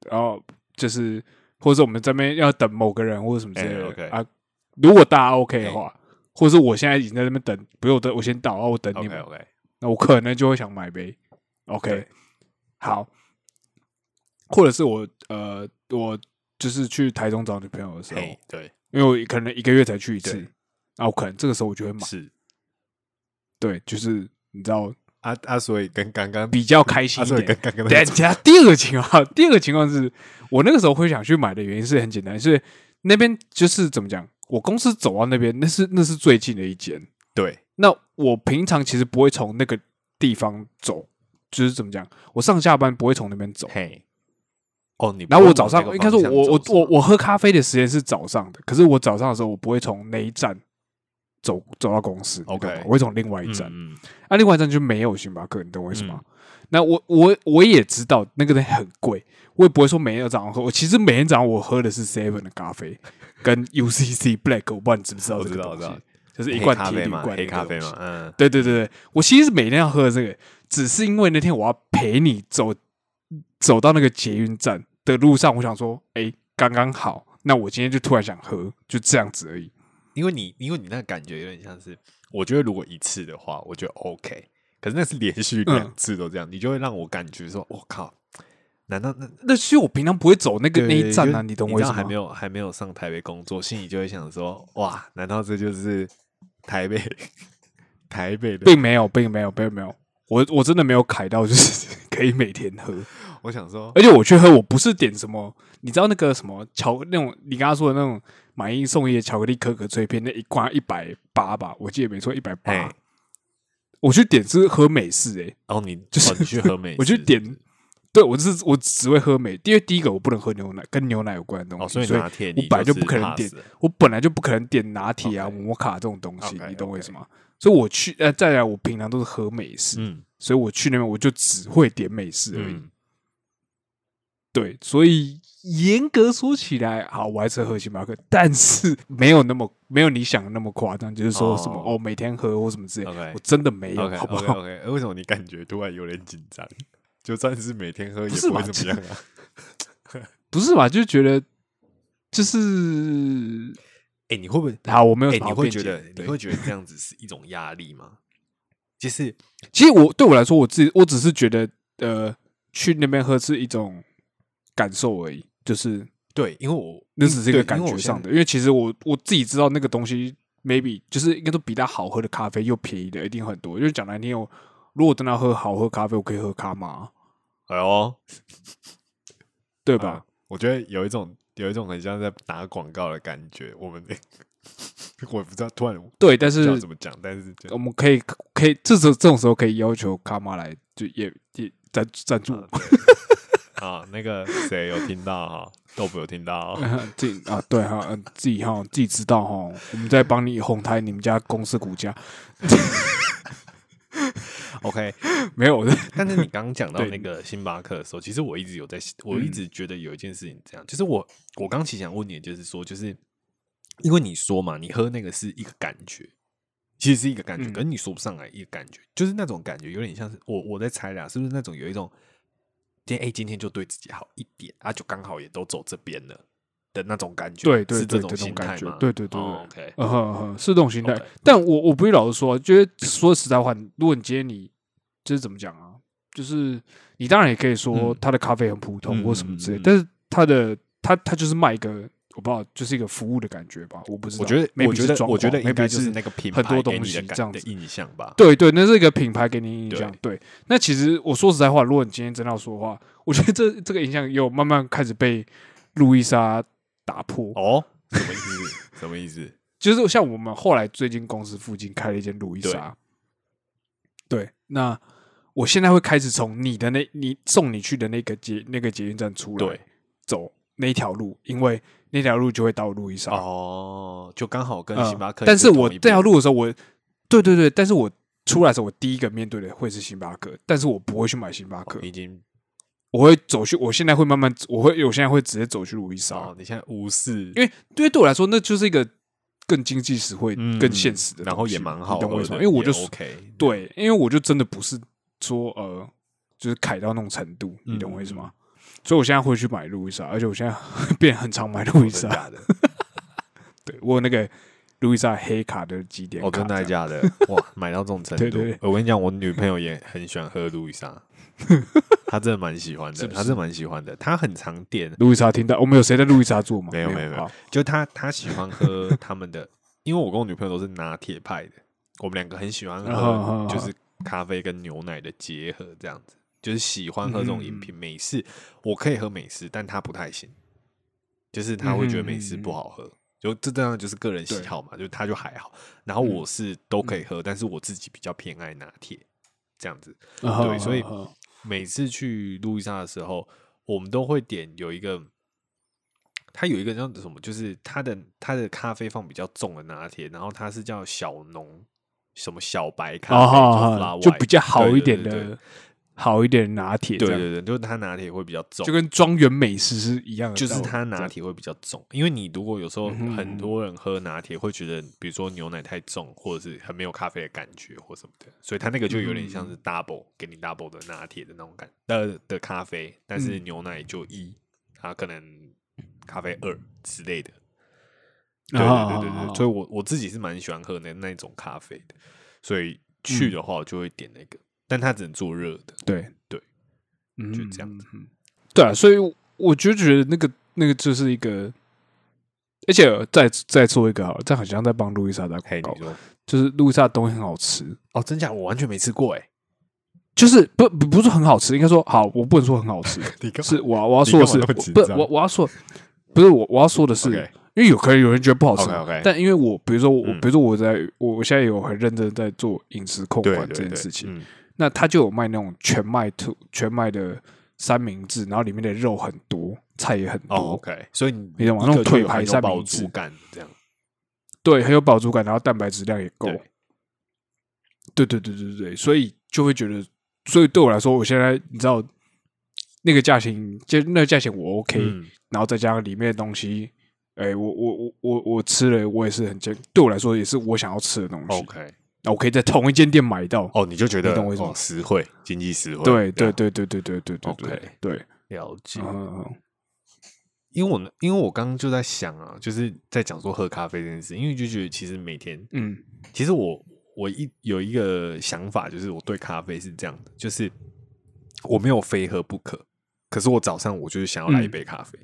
S2: 然后就是或者是我们这边要等某个人或者什么之类
S1: 哎
S2: 的、
S1: ，OK 哎
S2: 啊，如果大家 OK 的话，或者是我现在已经在那边等，比如我等我先到，然后我等你
S1: OK
S2: 们，
S1: OK，
S2: 那我可能就会想买杯 OK
S1: 对
S2: 好，或者是我呃我就是去台中找女朋友的时候，
S1: 嘿，对，
S2: 因为我可能一个月才去一次
S1: 对，
S2: 啊，我可能这个时候我就会买，
S1: 是
S2: 对，就是你知道
S1: 啊啊，所以跟刚刚
S2: 比较开心
S1: 啊，
S2: 一
S1: 所以
S2: 点
S1: 跟。刚 刚
S2: 等
S1: 那
S2: 一下，第二个情况，第二个情况是我那个时候会想去买的原因是很简单，是那边就是怎么讲，我公司走到那边，那是那是最近的一间。
S1: 对
S2: 那我平常其实不会从那个地方走，就是怎么讲，我上下班不会从那边走。
S1: 嘿，哦，你不
S2: 然
S1: 会
S2: 后我
S1: 往
S2: 早上
S1: 那个
S2: 应该说
S1: 方
S2: 我，
S1: 向
S2: 我我
S1: 走是
S2: 我
S1: 吗
S2: 我喝咖啡的时间是早上的，可是我早上的时候我不会从那一站走走到公司你懂
S1: OK
S2: 吗我会从另外一站。
S1: 嗯嗯
S2: 啊，另外一站就没有星巴克，你懂我意思
S1: 嗯
S2: 吗？那我我我也知道那个东西很贵，我也不会说每天早上喝。我其实每天早上我喝的是 Seven 的咖 啡，跟 UCC Black，我不知道你知不知道
S1: 我
S2: 这
S1: 知
S2: 个
S1: 道我
S2: 东西，
S1: 知道
S2: 就是一
S1: 黑
S2: 罐
S1: 咖
S2: 铁
S1: 啡
S2: 铝
S1: 嘛，
S2: 罐
S1: 黑咖啡
S2: 那个东西
S1: 嘛，。嗯，
S2: 对对对对，我其实每天要喝这个，只是因为那天我要陪你走走到那个捷运站的路上，我想说，哎，刚刚好，那我今天就突然想喝，就这样子而已。
S1: 因为你因为你那个感觉有点像是，我觉得如果一次的话，我觉得 OK，可是那是连续
S2: 嗯
S1: 两次都这样，你就会让我感觉说，我靠，难道那
S2: 那是我平常不会走那个
S1: 对
S2: 那一站
S1: 就
S2: 啊，
S1: 是
S2: 你懂
S1: 你
S2: 我意
S1: 知
S2: 思
S1: 道
S2: 吗？
S1: 还没有还没有上台北工作，心里就会想说，哇，难道这就是台北 台北的？
S2: 并没有，并没有，并没有。我我真的没有凯到，就是 可以每天喝，
S1: 我想说，
S2: 而且我去喝，我不是点什么，你知道那个什么巧那种你刚刚说的那种买一送一的巧克力可可脆片，那一罐一百八吧，我记得没错，一百
S1: 哎
S2: 八。我去点是喝美式、欸，
S1: 然后你就
S2: 就是，
S1: 哦、你去喝美
S2: 我去
S1: 是
S2: 点，对我只是我只会喝美，因为第一个我不能喝牛奶，跟牛奶有关的东
S1: 哦，
S2: 西，
S1: 所以
S2: 所以
S1: 拿铁
S2: 我
S1: 你
S2: 本来
S1: 就
S2: 就是不可能
S1: pass
S2: 点
S1: 了
S2: 我本来就不可能点拿铁啊、
S1: OK
S2: 摩卡这种东西
S1: OK，
S2: 你懂我意思吗？所以我去，呃，再来我平常都是喝美式，
S1: 嗯
S2: 所以我去那边我就只会点美式而已。
S1: 嗯，
S2: 对，所以严格说起来，好，我还是喝星巴克，但是没有那么没有你想的那么夸张，就是说什么
S1: 哦
S2: 哦每天喝或什么之类
S1: OK
S2: 我真的没有
S1: OK
S2: 哎好不
S1: OK
S2: 好？
S1: OK，为什哎么你感觉突然有点紧张？就算是每天喝也
S2: 不是
S1: 不会
S2: 嘛
S1: 怎么样啊。啊
S2: 不是吧？就觉得就是
S1: 哎、你会不会？
S2: 好，我没有
S1: 哎、
S2: 什么
S1: 你
S2: 好
S1: 会
S2: 辩
S1: 觉
S2: 解
S1: 得
S2: 的。
S1: 你
S2: 对
S1: 会觉得这样子是一种压力吗？就是
S2: 其实我对我来说，我自己我只是觉得呃，去那边喝是一种感受而已，就是
S1: 对，因为我
S2: 那只是一个
S1: 对
S2: 感
S1: 因为
S2: 觉
S1: 我现
S2: 上
S1: 在
S2: 的，因为其实我我自己知道那个东西，maybe 就是应该都比它好喝的咖啡又便宜的一定很多。因为讲难听，我哦如果真的要喝好喝咖啡，我可以喝咖玛，
S1: 哎呦，对
S2: 对吧？
S1: 我觉得有一种有一种很像在打广告的感觉。我们 我也不知道突然不
S2: 对，但
S1: 知道
S2: 是哦
S1: 怎么讲，但是就
S2: 我们可以可以这时候这种时候可以要求咖玛来就也也赞赞助
S1: 啊啊，那个谁有听到哈？豆腐有听到 哦，
S2: 呃 自己啊，对哈，嗯自己哈，自己知道哈，我们在帮你哄抬你们家公司股价。
S1: OK，
S2: 没有，我是
S1: 但是你刚刚讲到
S2: 对嗯
S1: 那个星巴克的时候，其实我一直有在，我一直觉得有一件事情这样，就是我我刚其实想问你，就是说，就是因为你说嘛，你喝那个是一个感觉，其实是一个感觉，
S2: 嗯
S1: 可是你说不上来一个感觉，就是那种感觉有点像是我我在猜啦，是不是那种有一种，今天哎、今天就对自己好一点啊，就刚好也都走这边了的那种感觉，
S2: 对对
S1: 是这
S2: 对这
S1: 种
S2: 种
S1: 心
S2: 感
S1: 态
S2: 觉
S1: 吗？
S2: 对对对
S1: 哦，OK，
S2: 呃呵呵，是这种心态
S1: OK。
S2: 但我我不必老实说，觉得说实在话，如果你今天你就是怎么讲啊，就是你当然也可以说
S1: 嗯
S2: 他的咖啡很普通
S1: 嗯
S2: 或什么之
S1: 嗯
S2: 类
S1: 嗯嗯，
S2: 但是他的他他就是卖一个我不知道，就是一个服务的感觉吧，我不知道。
S1: 我觉得
S2: maybe
S1: 我觉得
S2: 是
S1: 我觉得
S2: 装潢
S1: 应该
S2: maybe
S1: 就是那个品牌
S2: 很多
S1: 给
S2: 东
S1: 你的
S2: 西
S1: 感
S2: 这样
S1: 的
S2: 子。
S1: 印象吧，
S2: 对对，那是一个品牌给你印象。对，那其实我说实在话，如果你今天真的要说的话，我觉得这这个影响有慢慢开始被路易莎打破。
S1: 哦，什么意思？什么意思？
S2: 就是像我们后来最近公司附近开了一间路易莎，对，那我现在会开始从你的那你送你去的那个捷那个捷运站出来
S1: 对
S2: 走，那一条路，因为那条路就会到路易莎。
S1: 哦，就刚好跟
S2: 嗯
S1: 星巴克也同一边、
S2: 但是我啊这条路的时候我，对对对，但是我出来的时候，我第一个面对的会是星巴克，但是我不会去买星巴克，
S1: 哦已经
S2: 我会走去，我现在会慢慢，我会，我现在会直接走去路易莎，
S1: 哦，你现在无视，
S2: 嗯因为因为对我来说，那就是一个更经济实惠、
S1: 嗯
S2: 更现实的东西，
S1: 然后也蛮好
S2: 你懂我
S1: 喝
S2: 意思
S1: 的，
S2: 吗？因为我就
S1: 也 OK，
S2: 对，因为我就真的不是说呃，就是凯到那种程度，
S1: 嗯
S2: 你懂我意思吗？所以我现在会去买路易莎，而且我现在变很常 买路易莎
S1: 真的， 假的？
S2: 对我有那个路易莎黑卡的几点卡，
S1: 哦，真的还假的？ 哇，买到这种程度！
S2: 对对对
S1: 我跟你讲，我女朋友也很喜欢喝路易 莎，她真的蛮喜欢的，
S2: 是不是
S1: 她真的蛮喜欢的。她很常点，
S2: 路易莎听到，我们有谁在路易莎做吗？
S1: 没有没有没有
S2: 好
S1: 就她她喜欢喝他们的，因为我跟我女朋友都是拿铁派的，我们两个很喜欢
S2: 啊啊啊
S1: 喝，就是咖啡跟牛奶的结合，这样子，就是喜欢喝这种饮品。美式我可以喝美式，但她不太行，就是她会觉得美式不好喝。就这当然就是个人喜
S2: 对
S1: 好嘛，就她就还好。然后我是都可以喝，但是我自己比较偏爱拿铁这样子。
S2: 啊
S1: 对所以
S2: 啊啊啊
S1: 每次去路易莎的时候，我们都会点有一个，它有一个叫什么，就是它的它的咖啡放比较重的拿铁，然后它是叫小浓什么小白咖啡，
S2: 啊啊
S1: 叫
S2: 啊
S1: flat
S2: 就
S1: white，
S2: 比较好
S1: 对
S2: 一点
S1: 对对
S2: 的，好一点的拿铁，
S1: 对
S2: 这
S1: 对
S2: 样
S1: 对对，就是它拿铁会比较重，
S2: 就跟庄园美食是一样的道
S1: 就
S2: 理，
S1: 是它
S2: 这
S1: 拿
S2: 样
S1: 铁会比较重，因为你如果有时候
S2: 嗯哼
S1: 很多人喝拿铁会觉得，比如说牛奶太重，或者是很没有咖啡的感觉或什么的，所以它那个就有点像是
S2: 嗯
S1: double、给你 double 的拿铁的那种感的的咖啡，但是
S2: 嗯
S1: 牛奶就一，它可能咖啡二之类的。对
S2: 啊
S1: 对对
S2: 啊
S1: 对
S2: 啊啊
S1: 对，所以我我自己是蛮喜欢喝那那种咖啡的，所以去
S2: 嗯
S1: 的话我就会点那个，但它只能做热的。
S2: 对
S1: 对，
S2: 嗯
S1: 就这样子。
S2: 嗯嗯对啊，所以我就觉得那个那个就是一个，而且再再做一个好了，这样好像在帮路易莎打
S1: 嘿，
S2: 广告
S1: 你，说
S2: 就是路易莎的东西很好吃，
S1: 哦，真假？我完全没吃过哎、
S2: 就是不不不是很好吃，应该说好，我不能说很好吃，
S1: 你干嘛
S2: 是我我要
S1: 你
S2: 说的
S1: 干
S2: 是
S1: 嘛那么紧
S2: 我不
S1: 张
S2: 我我要说不是我我要说的是
S1: OK
S2: 因为有可能有人觉得不好吃
S1: OK，OK
S2: 但因为我比如说我、
S1: 嗯
S2: 比如说我在我我现在有很认真在做饮食控
S1: 对
S2: 管
S1: 对
S2: 这件
S1: 对
S2: 事情，
S1: 嗯
S2: 那他就有卖那种全麦土全麦的三明治，然后里面的肉很多，菜也很多，
S1: 哦，OK，所以你
S2: 你懂吗
S1: 一
S2: 那种
S1: 个就
S2: 腿
S1: 有
S2: 排
S1: 很有
S2: 三
S1: 饱
S2: 明治
S1: 足感这样。
S2: 对，很有饱足感，然后蛋白质量也够。
S1: 对
S2: 对对对对对，所以就会觉得，所以对我来说，我现在你知道那个价钱，就那个价钱我 OK，、
S1: 嗯
S2: 然后再加上里面的东西，哎，我我我我我吃了，我也是很健，对我来说也是我想要吃的东西，
S1: ，OK，
S2: 那我可以在同一间店买到。
S1: 哦，你就觉得
S2: 你懂我意思吗
S1: 哦实惠，经济实惠，这
S2: 对对
S1: 样，
S2: 对对对对对对对
S1: OK
S2: 对，
S1: 了解。
S2: 嗯，
S1: 因为我因为我刚刚就在想啊，就是在讲说喝咖啡这件事，因为就觉得其实每天，
S2: 嗯
S1: 其实我我一有一个想法，就是我对咖啡是这样的，就是我没有非喝不可，可是我早上我就是想要来一
S2: 嗯
S1: 杯咖啡，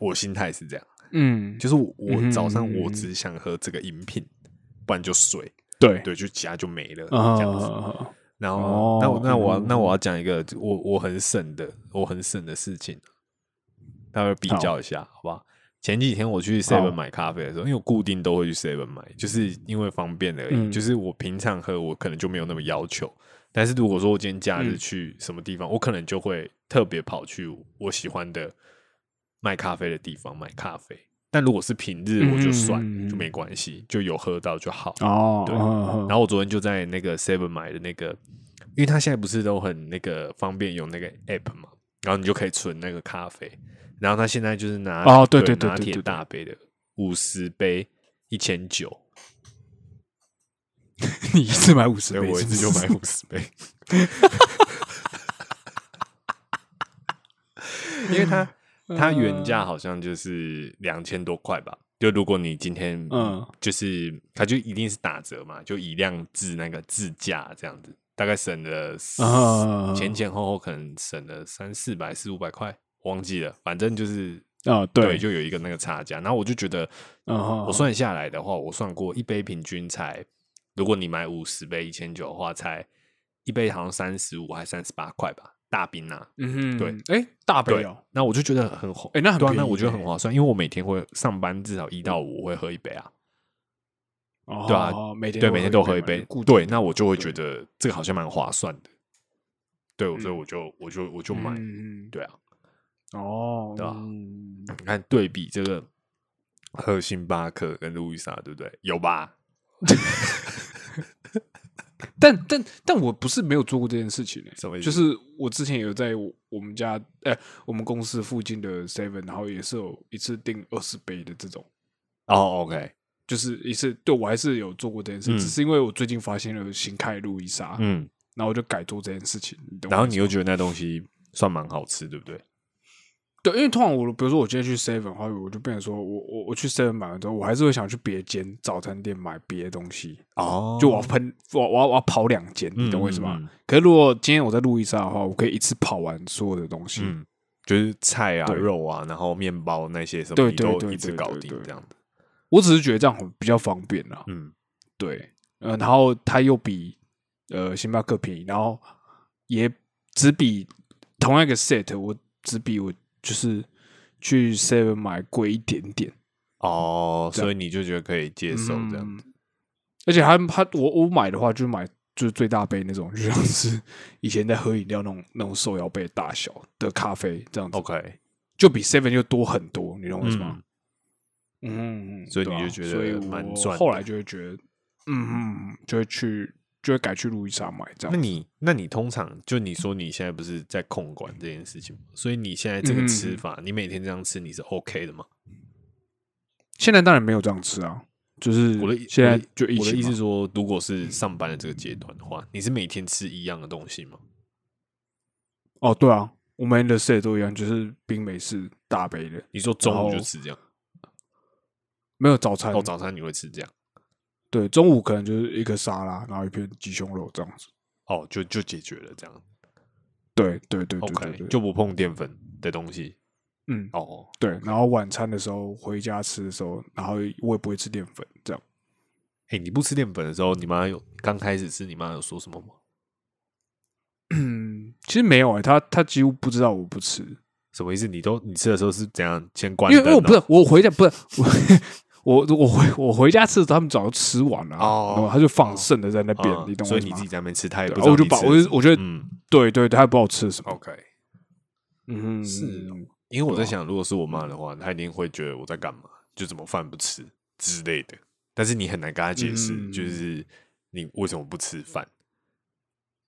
S1: 我心态是这样，
S2: 嗯，
S1: 就是我我早上
S2: 嗯哼嗯哼
S1: 我只想喝这个饮品，不然就水。
S2: 对，
S1: 对，就其他就没了、
S2: 啊
S1: 这样子。然后，
S2: 哦
S1: 那我那我要
S2: 嗯
S1: 那我要讲一个我我很省的我很省的事情，待会儿比较一下，好不好？前几天我去 Seven
S2: 好
S1: 买咖啡的时候，因为我固定都会去 Seven 买，就是因为方便而已。
S2: 嗯
S1: 就是我平常喝，我可能就没有那么要求。但是如果说我今天假日
S2: 嗯
S1: 去什么地方，我可能就会特别跑去我喜欢的卖咖啡的地方买咖啡。但如果是平日，我就算、
S2: 嗯嗯嗯嗯
S1: 就没关系，就有喝到就好。
S2: 哦，
S1: 对
S2: 然
S1: 然后我昨天就在那个 Seven 买的那个，因为它现在不是都很那个方便用那个 App 嘛，然后你就可以存那个咖啡，然后它现在就是拿
S2: 哦对对对
S1: 拿
S2: 对
S1: 铁
S2: 对对
S1: 大杯的五十杯一千九，
S2: 你一次买五十
S1: 所
S2: 杯
S1: 以，我一
S2: 是不
S1: 次
S2: 是
S1: 就买五十 杯，因为它
S2: 嗯
S1: 它原价好像就是两千多块吧。就如果你今天
S2: 嗯
S1: 就是它就一定是打折嘛，就以量制那个制价这样子，大概省了
S2: 啊
S1: 前前后后可能省了三四百四五百块，忘记了，反正就是
S2: 啊，对，
S1: 就有一个那个差价。然后我就觉得，
S2: 嗯哼
S1: 我算下来的话，我算过一杯平均才，如果你买五十杯一千九的话，才一杯好像三十五还三十八块吧，大冰啊。
S2: 嗯哼，
S1: 对，
S2: 哎，大杯
S1: 对
S2: 哦，，
S1: 那我就觉得很划，
S2: 诶那很
S1: 对啊、
S2: 便
S1: 那
S2: 宜
S1: 我觉得
S2: 耶
S1: 很划算，因为我每天会上班，至少一到五我会喝一杯啊。
S2: 哦
S1: 对啊，
S2: 每天
S1: 对，每天都喝
S2: 喝
S1: 一
S2: 一
S1: 杯
S2: 嘛固，定
S1: 对，那我就会
S2: 对
S1: 觉得这个好像蛮划算的，对，所以
S2: 嗯
S1: 我就我就我就买，
S2: 嗯嗯嗯
S1: 对啊，
S2: 哦，
S1: 对啊
S2: 嗯
S1: 你看对比这个喝星巴克跟路易莎，对不对？有吧？
S2: 但但但我不是没有做过这件事情、欸，
S1: 什么意思
S2: 就是我之前有在我我们家，哎、我们公司附近的 Seven，然后也是有一次订二十杯的这种，
S1: 哦，OK，
S2: 就是一次对我还是有做过这件事，
S1: 嗯
S2: 只是因为我最近发现了新开路易莎，
S1: 嗯，
S2: 然后我就改做这件事情。你懂我
S1: 然后
S2: 意
S1: 你
S2: 思
S1: 又觉得那东西算蛮好吃，对不对？
S2: 对，因为通常我比如说我今天去 Seven 的话，我就变成说我我我去 Seven 买完之后，我还是会想去别间早餐店买别的东西，
S1: 哦
S2: 就我要喷我我要我要跑两间，你懂我意思吗？
S1: 嗯嗯嗯
S2: 可是如果今天我在路易莎的话，我可以一次跑完所有的东西。
S1: 嗯，就是菜啊、
S2: 对
S1: 肉啊，然后面包那些什么，
S2: 对
S1: 你
S2: 对
S1: 都
S2: 对
S1: 一次
S2: 对
S1: 搞
S2: 对
S1: 定
S2: 对
S1: 这样的。
S2: 我只是觉得这样很比较方便啦。
S1: 嗯，
S2: 对，呃，然后它又比呃星巴克便宜，然后也只比同样一个 set，我只比我就是去 Seven 买贵一点点，
S1: 哦，
S2: 这样
S1: 所以你就觉得可以接受这样。
S2: 啊嗯。而且它它我我买的话，就是买就是最大杯那种，就像是以前在喝饮料那种那种手摇杯大小的咖啡这样子，
S1: OK，
S2: 就比 Seven 就多很多，你懂我意思吗
S1: 嗯？
S2: 嗯，
S1: 所以
S2: 对
S1: 你
S2: 啊
S1: 就觉得
S2: 所以
S1: 蛮
S2: 我
S1: 赚
S2: 后
S1: 的
S2: 来就会觉得，嗯，嗯就会去，就会改去路易莎买这
S1: 那
S2: 样。
S1: 你那你通常就你说你现在不是在控管这件事情吗？所以你现在这个
S2: 嗯
S1: 吃法，你每天这样吃，你是 OK 的吗？
S2: 现在当然没有这样吃啊，就是
S1: 我的
S2: 现
S1: 我
S2: 在
S1: 的
S2: 就疫
S1: 我的
S2: 情
S1: 意思
S2: 嘛
S1: 是说，如果
S2: 嗯
S1: 是上班的这个阶段的话，你是每天吃一样的东西吗？
S2: 哦，对啊，我们的 set 都一样，就是冰美式大杯的，
S1: 你说中午就
S2: 后
S1: 吃这样，
S2: 没有早餐
S1: 到早餐你会吃这样？
S2: 对，中午可能就是一个沙拉，然后一片鸡胸肉这样子。
S1: 哦，就就解决了这样。
S2: 对对对对对
S1: OK，
S2: 对，
S1: 就不碰淀粉的东西。
S2: 嗯
S1: 哦，
S2: 对。然后晚餐的时候回家吃的时候，然后我也不会吃淀粉，这样
S1: 哎、你不吃淀粉的时候，你妈有刚开始吃，你妈有说什么吗？
S2: 嗯， 其实没有哎、他他几乎不知道我不吃，
S1: 什么意思？你都你吃的时候是怎样先关
S2: 因为
S1: 灯、
S2: 因为我不是我回家不是我我我回我回家吃的时候，他们早就吃完了啊、
S1: 哦
S2: 然后他就放剩的在那边，
S1: 嗯
S2: 你懂我
S1: 所
S2: 意
S1: 以
S2: 思
S1: 你
S2: 吗
S1: 自？己在那边吃，他也
S2: 对
S1: 不
S2: 啊
S1: 知道
S2: 我就
S1: 你
S2: 把
S1: 吃
S2: 我就我觉得
S1: 嗯
S2: 对对，他也不知道我吃什么，
S1: ，OK，
S2: 嗯，
S1: 是哦
S2: 嗯
S1: 因为我在想，如果是我妈的话，她一定会觉得我在干嘛，就怎么饭不吃之类的。但是你很难跟她解释，
S2: 嗯
S1: 就是你为什么不吃饭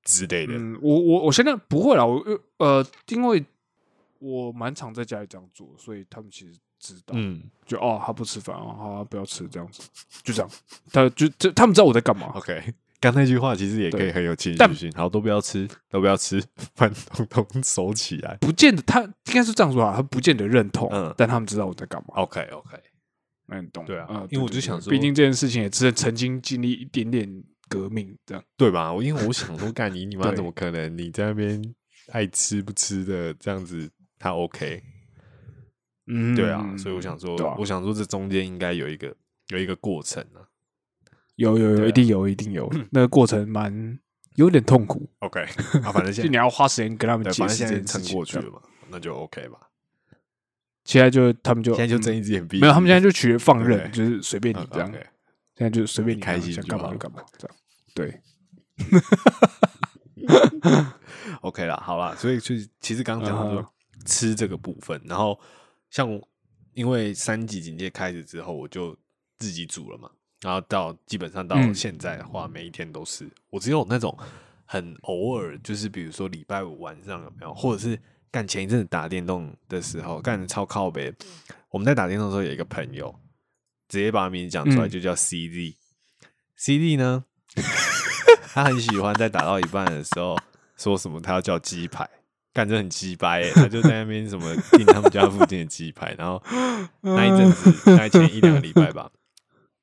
S1: 之类的。
S2: 嗯，我我我现在不会啦，我呃，因为我蛮常在家里这样做，所以他们其实知道，
S1: 嗯
S2: 就哦，他不吃饭哦，好、啊，不要吃这样子，就这样，他就这他们知道我在干嘛，
S1: ，OK，刚 那句话其实也可以
S2: 对
S1: 很有情绪
S2: 但
S1: 性，好，都不要吃，都不要吃，饭统 统收起来。
S2: 不见得他应该是这样说啊，他不见得认同，
S1: 嗯
S2: 但他们知道我在干嘛，
S1: OK OK，
S2: 那你懂？
S1: 对啊
S2: 嗯
S1: 因为我就想
S2: 对
S1: 说
S2: 对毕竟这件事情也是曾经经历一点点革命，这样，
S1: 对吧？我因为我想说，干你你妈
S2: 对
S1: 怎么可能？你在那边爱吃不吃的这样子，她 OK？
S2: 嗯
S1: 对啊，所以我想说，
S2: 对啊
S1: 我想说这中间应该有一个有一个过程啊。
S2: 有有
S1: 对啊
S2: 有，一定有，一定有，那个过程蛮有点痛苦，
S1: OK，啊，反正
S2: 就
S1: 现
S2: 你
S1: 在
S2: 要花时间跟他们
S1: 对，
S2: 解
S1: 反正
S2: 释
S1: 现
S2: 这
S1: 在
S2: 件事
S1: 撑
S2: 情，啊
S1: 过去
S2: 这样
S1: 了嘛，那就 OK 吧。
S2: 现在就他们就
S1: 现在就
S2: 嗯
S1: 睁一只眼闭一只眼，
S2: 没有，他们现在就取决放
S1: 对
S2: 任，就是随便你
S1: 嗯
S2: 这样，
S1: OK
S2: 现在就随便你啊
S1: 你开心
S2: 想
S1: 就
S2: 干嘛
S1: 好
S2: 就干嘛这样。对，
S1: OK 啦，好啦，所以就是其实刚刚讲到
S2: 嗯
S1: 说吃这个部分，然后像我因为三级警戒开始之后，我就自己煮了嘛，然后到基本上到
S2: 嗯
S1: 现在的话，每一天都是我只有那种很偶尔，就是比如说礼拜五晚上有没有，或者是干前一阵子打电动的时候，干超靠北，我们在打电动的时候有一个朋友直接把名字讲出来，
S2: 嗯
S1: 就叫 CD。CD 呢，他很喜欢在打到一半的时候说什么他要叫鸡排，感觉很鸡掰耶，他就在那边什么订他们家附近的鸡排，然后那一阵子，那前一两个礼拜吧，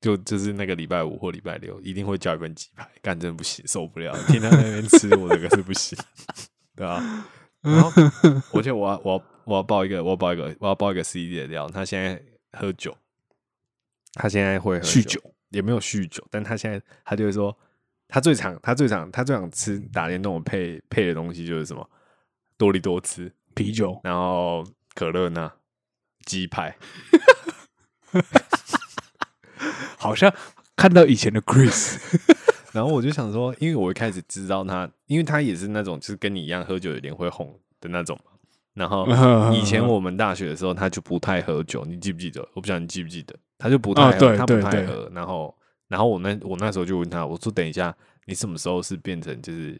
S1: 就就是那个礼拜五或礼拜六一定会叫一份鸡排，干真的不行，受不了，听他在那边吃，我这个是不行， 对啊，然 后而且我要我要我要爆一个，我要爆一个，我要爆一个 CD 的料，他现在喝酒。他现在会喝
S2: 酗
S1: 酒
S2: 酒，
S1: 也没有酗酒，但他现在他就会说，他最常他最常他最常吃打电动的配配的东西就是什么多利多汁，
S2: 啤酒，
S1: 然后可乐呢，鸡排，
S2: 好像看到以前的 Chris，
S1: 然后我就想说，因为我一开始知道他，因为他也是那种就是跟你一样喝酒有点会红的那种嘛，然 后以前我们大学的时候，他就不太喝酒，你记不记得？我不晓得你记不记得，他就不太
S2: 啊
S1: 喝，
S2: 对
S1: 他不
S2: 对
S1: 太
S2: 对
S1: 喝。然后，然后我那我那时候就问他，我说等一下，你什么时候是变成就是？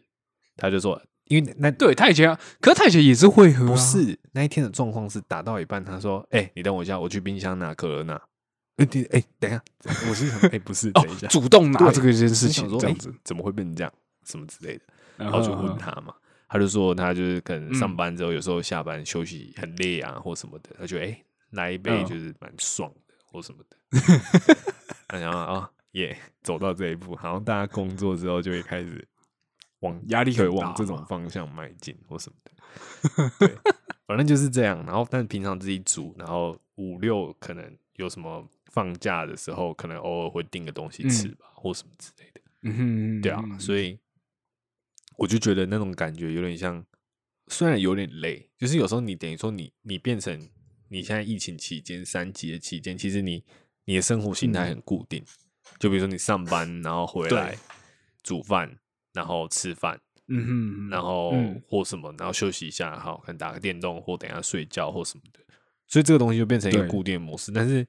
S1: 他就说，因为那
S2: 对啊他以前，可是他以前也是会喝、啊
S1: 不，是那一天的状况是打到一半，他说：“哎、你等我一下，我去冰箱拿可乐 拿。”哎、你哎、等一下，我是想，哎、不
S2: 哦
S1: 是，等一下，
S2: 主动拿
S1: 对
S2: 这个一件
S1: 是
S2: 事
S1: 想
S2: 情
S1: 说，
S2: 这
S1: 哎、
S2: 样子，
S1: 怎么会变成这样，什么之类的。
S2: 然
S1: 然后就问他嘛，他就说他就是可能上班之后，有时候下班休息很累啊，或什么的，他就哎、来一杯
S2: 嗯
S1: 就是蛮爽的，或什么的。 他想啊啊耶，走到这一步，好像大家工作之后就会开始往
S2: 压力
S1: 对
S2: 很大
S1: 往这种
S2: 嘛
S1: 方向迈进或什么的。对，反正就是这样。然后但平常自己煮，然后五六可能有什么放假的时候，可能偶尔会订个东西吃吧，或什么之类的。
S2: 嗯哼，
S1: 对啊，所以我就觉得那种感觉有点像，虽然有点累，就是有时候你等于说你你变成你现在疫情期间三级的期间，其实你你的生活形态很固定，就比如说你上班然后回
S2: 嗯对
S1: 来煮饭，然后吃饭，
S2: 嗯哼，
S1: 然后
S2: 嗯
S1: 或什么，然后休息一下，好，可能打个电动或等一下睡觉或什么的，所以这个东西就变成一个
S2: 对
S1: 固定的模式。但是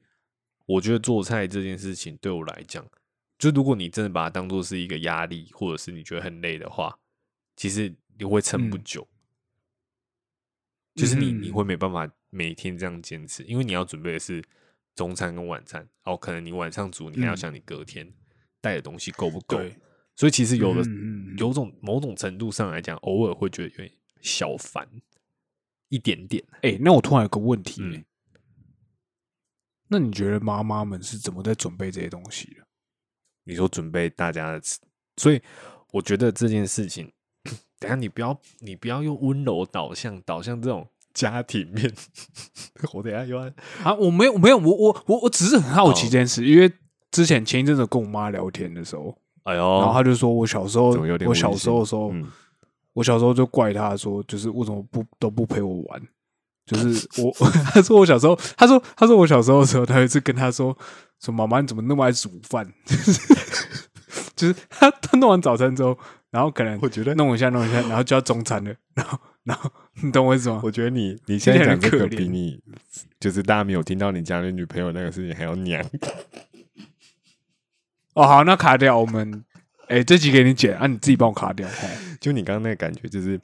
S1: 我觉得做菜这件事情对我来讲，就如果你真的把它当做是一个压力，或者是你觉得很累的话，其实你会撑不
S2: 嗯
S1: 久，就是你你
S2: 嗯
S1: 会没办法每天这样坚持，因为你要准备的是中餐跟晚餐，哦，可能你晚上煮，你还要
S2: 嗯
S1: 想你隔天带的东西够不够，
S2: 对，
S1: 所以其实有的
S2: 嗯嗯嗯
S1: 有种某种程度上来讲，偶尔会觉得有点小烦一点点。
S2: 哎、那我突然有个问题、
S1: 嗯
S2: 那你觉得妈妈们是怎么在准备这些东西的？
S1: 你说准备大家的吃，所以我觉得这件事情， 等一下你不要你不要用温柔导向导向这种家庭面。 我等一下又要
S2: 啊，我没有，没有，我我我我只是很好奇
S1: 哦
S2: 这件事，因为之前前一阵子跟我妈聊天的时候，
S1: 哎
S2: 然后
S1: 呦，
S2: 她就说我小时候
S1: 怎么有点，
S2: 我
S1: 温
S2: 小
S1: 馨
S2: 时候的时候，
S1: 嗯
S2: 我小时候就怪她说，就是为什么不都不陪我玩。 就是我， 她说我小时候，她说她说我小时候的时候，她有一次跟她说，说妈妈你怎么那么爱煮饭？ 就是她她弄完早餐之后，然后可能
S1: 我觉得
S2: 弄一下弄一下，然后就要中餐了，然后然后你懂我意思吗？
S1: 我觉得 你你
S2: 现
S1: 现
S2: 在
S1: 在
S2: 讲
S1: 讲
S2: 这
S1: 这
S2: 个
S1: 个
S2: 比
S1: 比你就是大家没有听到你家的女朋友那个事情还要娘。
S2: 哦，好，那卡掉我们，哎、这集给你剪啊，你自己帮我卡掉。哦
S1: 就你刚刚那个感觉，就是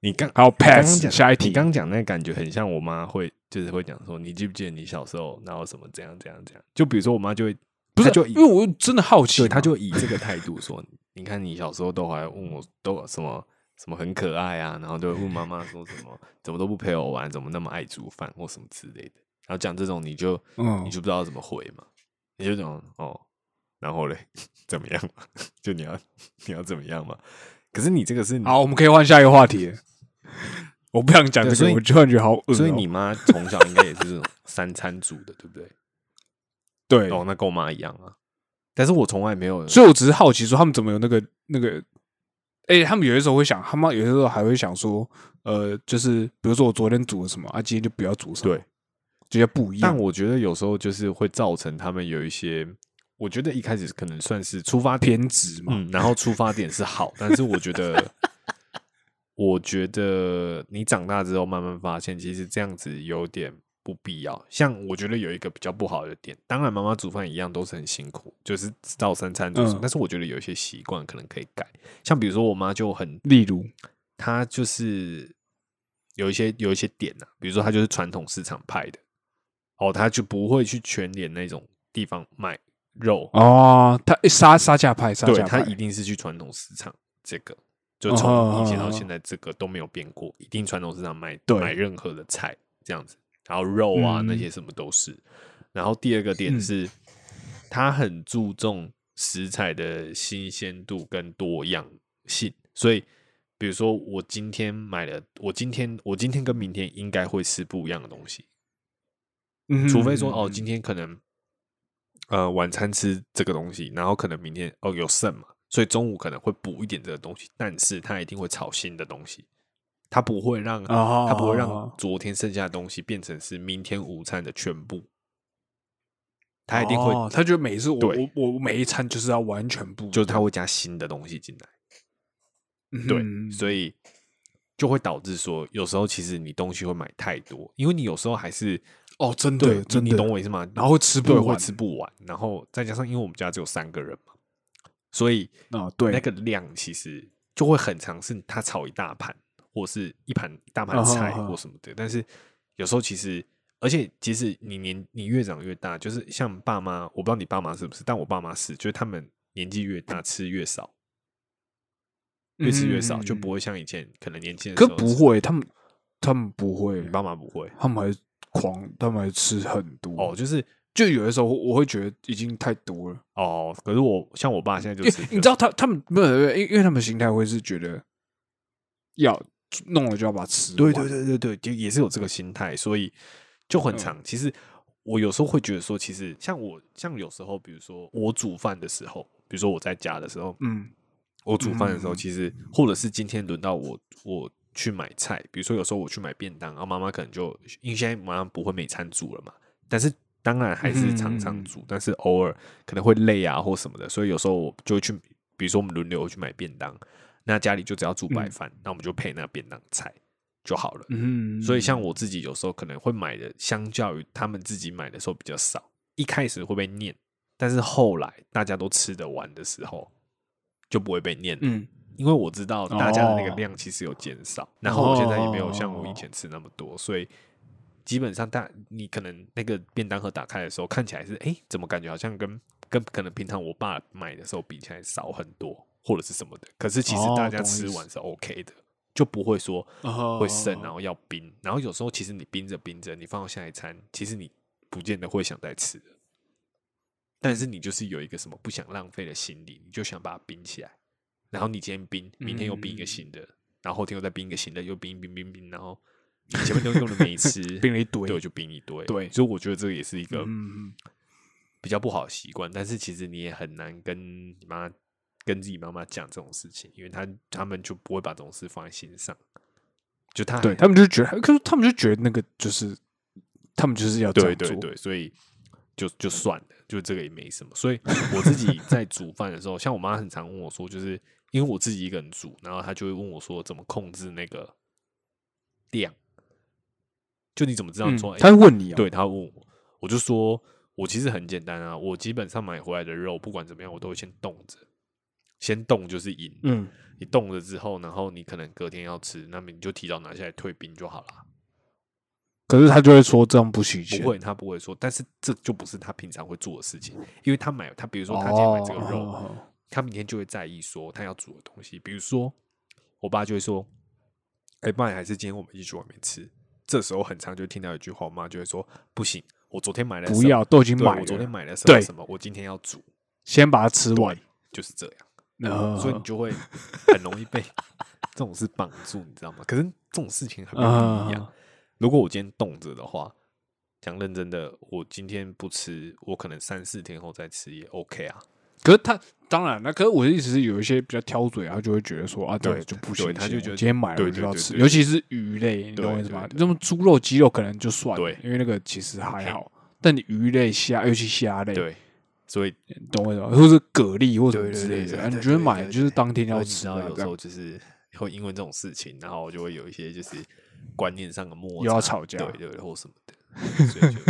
S1: 你刚
S2: 好
S1: 你刚刚
S2: pass，
S1: 讲
S2: 下一题
S1: 你刚刚讲那个感觉很像我妈会，就是会讲说，你记不记得你小时候，然后什么怎样怎样怎样？就比如说我妈就会，
S2: 不是，
S1: 她就
S2: 因
S1: 以
S2: 为我真的好奇
S1: 对，
S2: 嘛，
S1: 她就以这个态度说， 你看你小时候都还问我都什么什么很可爱啊，然后就会问妈妈说什么怎么都不陪我玩，怎么那么爱煮饭或什么之类的，然后讲这种你就
S2: 嗯
S1: 你就不知道怎么回嘛，你就讲哦，然后嘞 怎么样嘛？就你要你要怎么样嘛？可是你这个是
S2: 好，我们可以换下一个话题。我不想讲
S1: 对
S2: 这
S1: 所
S2: 个，
S1: 以
S2: 我突然觉得好恶哦、
S1: 所以你妈从小应该也是这种三餐煮的，对不对？
S2: 对，
S1: 哦，那跟我妈一样啊。但是我从来没有，
S2: 所以我只是好奇说他们怎么有那个那个，哎、他们有些时候会想，他们有些时候还会想说，呃，就是比如说我昨天煮了什么，啊，今天就不要煮什么，
S1: 对，
S2: 直接不一样
S1: 但。我觉得有时候就是会造成他们有一些，我觉得一开始可能算是出发点
S2: 偏执嘛，
S1: 嗯，然后出发点是 好，但是我觉得，我觉得你长大之后慢慢发现，其实这样子有点不必要。像我觉得有一个比较不好的点，当然妈妈煮饭一样都是很辛苦，就是照三餐煮什么，
S2: 嗯
S1: 但是我觉得有一些习惯可能可以改。像比如说我妈就很
S2: 例如，
S1: 他就是有一些有一些点呐、比如说他就是传统市场派的，哦，他就不会去全脸那种地方卖肉，
S2: 哦，他诶杀杀价派，杀
S1: 对
S2: 价
S1: 他
S2: 派，
S1: 一定是去传统市场，这个就
S2: 哦
S1: 从以前
S2: 哦
S1: 到
S2: 哦
S1: 现在这个都没有变过，一定传统市场买
S2: 对
S1: 买任何的菜这样子，然后肉啊
S2: 嗯
S1: 那些什么都是。然后第二个点
S2: 嗯
S1: 是，他很注重食材的新鲜度跟多样性，所以比如说我今天买了，我今天我今天跟明天应该会吃不一样的东西，
S2: 嗯
S1: 除非说哦，
S2: 嗯
S1: 今天可能呃晚餐吃这个东西，然后可能明天哦有剩嘛，所以中午可能会补一点这个东西，但是它一定会炒新的东西，它不会让、
S2: 哦
S1: 它不会让昨天剩下的东西变成是明天午餐的全部，它一定会、
S2: 哦他觉得每一次我
S1: 对
S2: 我我每一餐就是要完全不一样，
S1: 就是它会加新的东西进来，对，
S2: 嗯
S1: 所以就会导致说，有时候其实你东西会买太多，因为你有时候还是
S2: 哦，真
S1: 对
S2: 的，，真
S1: 你
S2: 的，
S1: 你懂我意思吗？
S2: 然后吃不
S1: 对，会
S2: 完
S1: 吃不完，然后再加上因为我们家只有三个人嘛，所以哦
S2: 啊，对，
S1: 那个量其实就会很长，是他炒一大盘或是一盘一大盘
S2: 啊哈
S1: 菜
S2: 啊哈
S1: 或什么的。但是有时候其实，而且其实你年你越长越大，就是像爸妈，我不知道你爸妈是不是，但我爸妈是，就是他们年纪越大吃越少，越吃越少，就不
S2: 会。
S1: 会像以前嗯可能年轻的时
S2: 可
S1: 候嗯
S2: 不
S1: 吃，
S2: 会，他们他们不会
S1: 你，爸妈不会
S2: 他们还狂，他们还吃很多。
S1: 哦，就是。
S2: 就有的时候我我会觉得已经太多了，
S1: 哦，可是我像我爸现在就
S2: 因为
S1: 吃，
S2: 你知道他他们没有，没有因为因为他们心态会是觉得要弄了就要把它吃
S1: 对
S2: 完。
S1: 对对对对，就也是有这个心态，所以就很长。其实我有时候会觉得说，其实像我像有时候，比如说我煮饭的时候，比如说我在家的时候，
S2: 嗯，
S1: 我煮饭的时候，
S2: 嗯
S1: 其实或者是今天轮到我我去买菜，比如说有时候我去买便当，然后妈妈可能就因为现在妈妈不会每餐煮了嘛，但是。当然还是常常
S2: 嗯
S1: 煮，但是偶尔可能会累啊或什么的，所以有时候我就会去，比如说我们轮流去买便当，那家里就只要煮白
S2: 嗯
S1: 饭，那我们就配那便当菜就好了。
S2: 嗯，
S1: 所以像我自己有时候可能会买的，相较于他们自己买的时候比较少，一开始会被念，但是后来大家都吃得完的时候，就不会被念了，
S2: 嗯，
S1: 因为我知道大家的那个
S2: 哦
S1: 量其实有减少，然后我现在也没有像我以前吃那么多，所以基本上大你可能那个便当盒打开的时候看起来是，哎、怎么感觉好像跟跟可能平常我爸买的时候比起来少很多，或者是什么的，可是其实
S2: 哦
S1: 大家
S2: 懂
S1: 吃
S2: 意思
S1: 完是 OK 的。就不会说会啊剩，
S2: 哦
S1: 然后要冰，然后有时候其实你冰着冰着，你放到下一餐，其实你不见得会想再吃了但是你就是有一个什么不想浪费的心理，你就想把它冰起来，然后你今天冰，明天又冰一个新
S2: 嗯
S1: 的，然后后天又再冰一个新的，又冰冰冰冰，然后你前面都用的没吃，
S2: 冰了一堆
S1: 对，就冰一堆，
S2: 对
S1: 所以我觉得这个也是一个
S2: 嗯，
S1: 比较不好的习惯，但是其实你也很难跟你妈跟自己妈妈讲这种事情，因为她他们就不会把这种事放在心上，就她还
S2: 对他们就觉得，可是他们就觉得那个就是他们就是要这
S1: 对
S2: 样
S1: 对
S2: 做，
S1: 对，所以就就算了，就这个也没什么。所以我自 己在煮饭的时候，像我妈很常问我说，就是因为我自己一个人煮，然后她就会问我说怎么控制那个量，就你怎么知道
S2: 嗯
S1: 说，哎、
S2: 他会问你啊，
S1: 对，他问我，我就说我其实很简单啊，我基本上买回来的肉，不管怎么样，我都会先冻着，先冻就是赢。
S2: 嗯，
S1: 你冻了之后，然后你可能隔天要吃，那么你就提早拿下来退冰就好了。
S2: 可是他就会说这样不新鲜，
S1: 不会，他不会说，但是这就不是他平常会做的事情，因为他买他，比如说他今天买这个肉，
S2: 哦
S1: 他明天就会在意说他要煮的东西，比如说我爸就会说，哎、不然还是今天我们一起去外面吃。这时候很常就听到一句话，我妈就会说，不行，我昨天买了
S2: 不
S1: 什么
S2: 要，都已经
S1: 对
S2: 买
S1: 我昨天
S2: 了，
S1: 买了什么
S2: 对
S1: 什么，我今天要煮，
S2: 先把它吃完，
S1: 就是这样，
S2: 然后
S1: 所以你就会很容易被嗯 这种事绑住，你知道吗？可是这种事情很不一样。
S2: 啊
S1: 如果我今天冻着的话，讲认真的，我今天不吃，我可能三四天后再吃也 OK 啊。
S2: 可是他当然了，可是我的意思是，有一些比较挑嘴啊，他就会觉得说啊，这样
S1: 对
S2: 子就不
S1: 对
S2: 行，
S1: 他就觉得
S2: 今天买了
S1: 对
S2: 我就
S1: 对
S2: 要
S1: 对
S2: 吃，
S1: 对
S2: 尤其是鱼类，你
S1: 对
S2: 懂我意思吗？
S1: 对对
S2: 那么猪肉、鸡肉可能就算了
S1: 对，
S2: 因为那个其实还好，但你鱼类、虾，尤其虾类，
S1: 对，所以
S2: 你懂我意思吗？或是蛤蜊或者什
S1: 对对
S2: 么之类
S1: 对
S2: 的，
S1: 对
S2: 啊你
S1: 对
S2: 觉得
S1: 对
S2: 买
S1: 对
S2: 就是
S1: 对
S2: 当天要
S1: 你
S2: 吃
S1: 知道
S2: 啊，
S1: 有
S2: 这
S1: 时
S2: 样
S1: 候就是会因为这种事情，然后我就会有一些就是观念上的摩
S2: 又
S1: 擦，
S2: 要吵架
S1: 对对对，或什么的，所以 就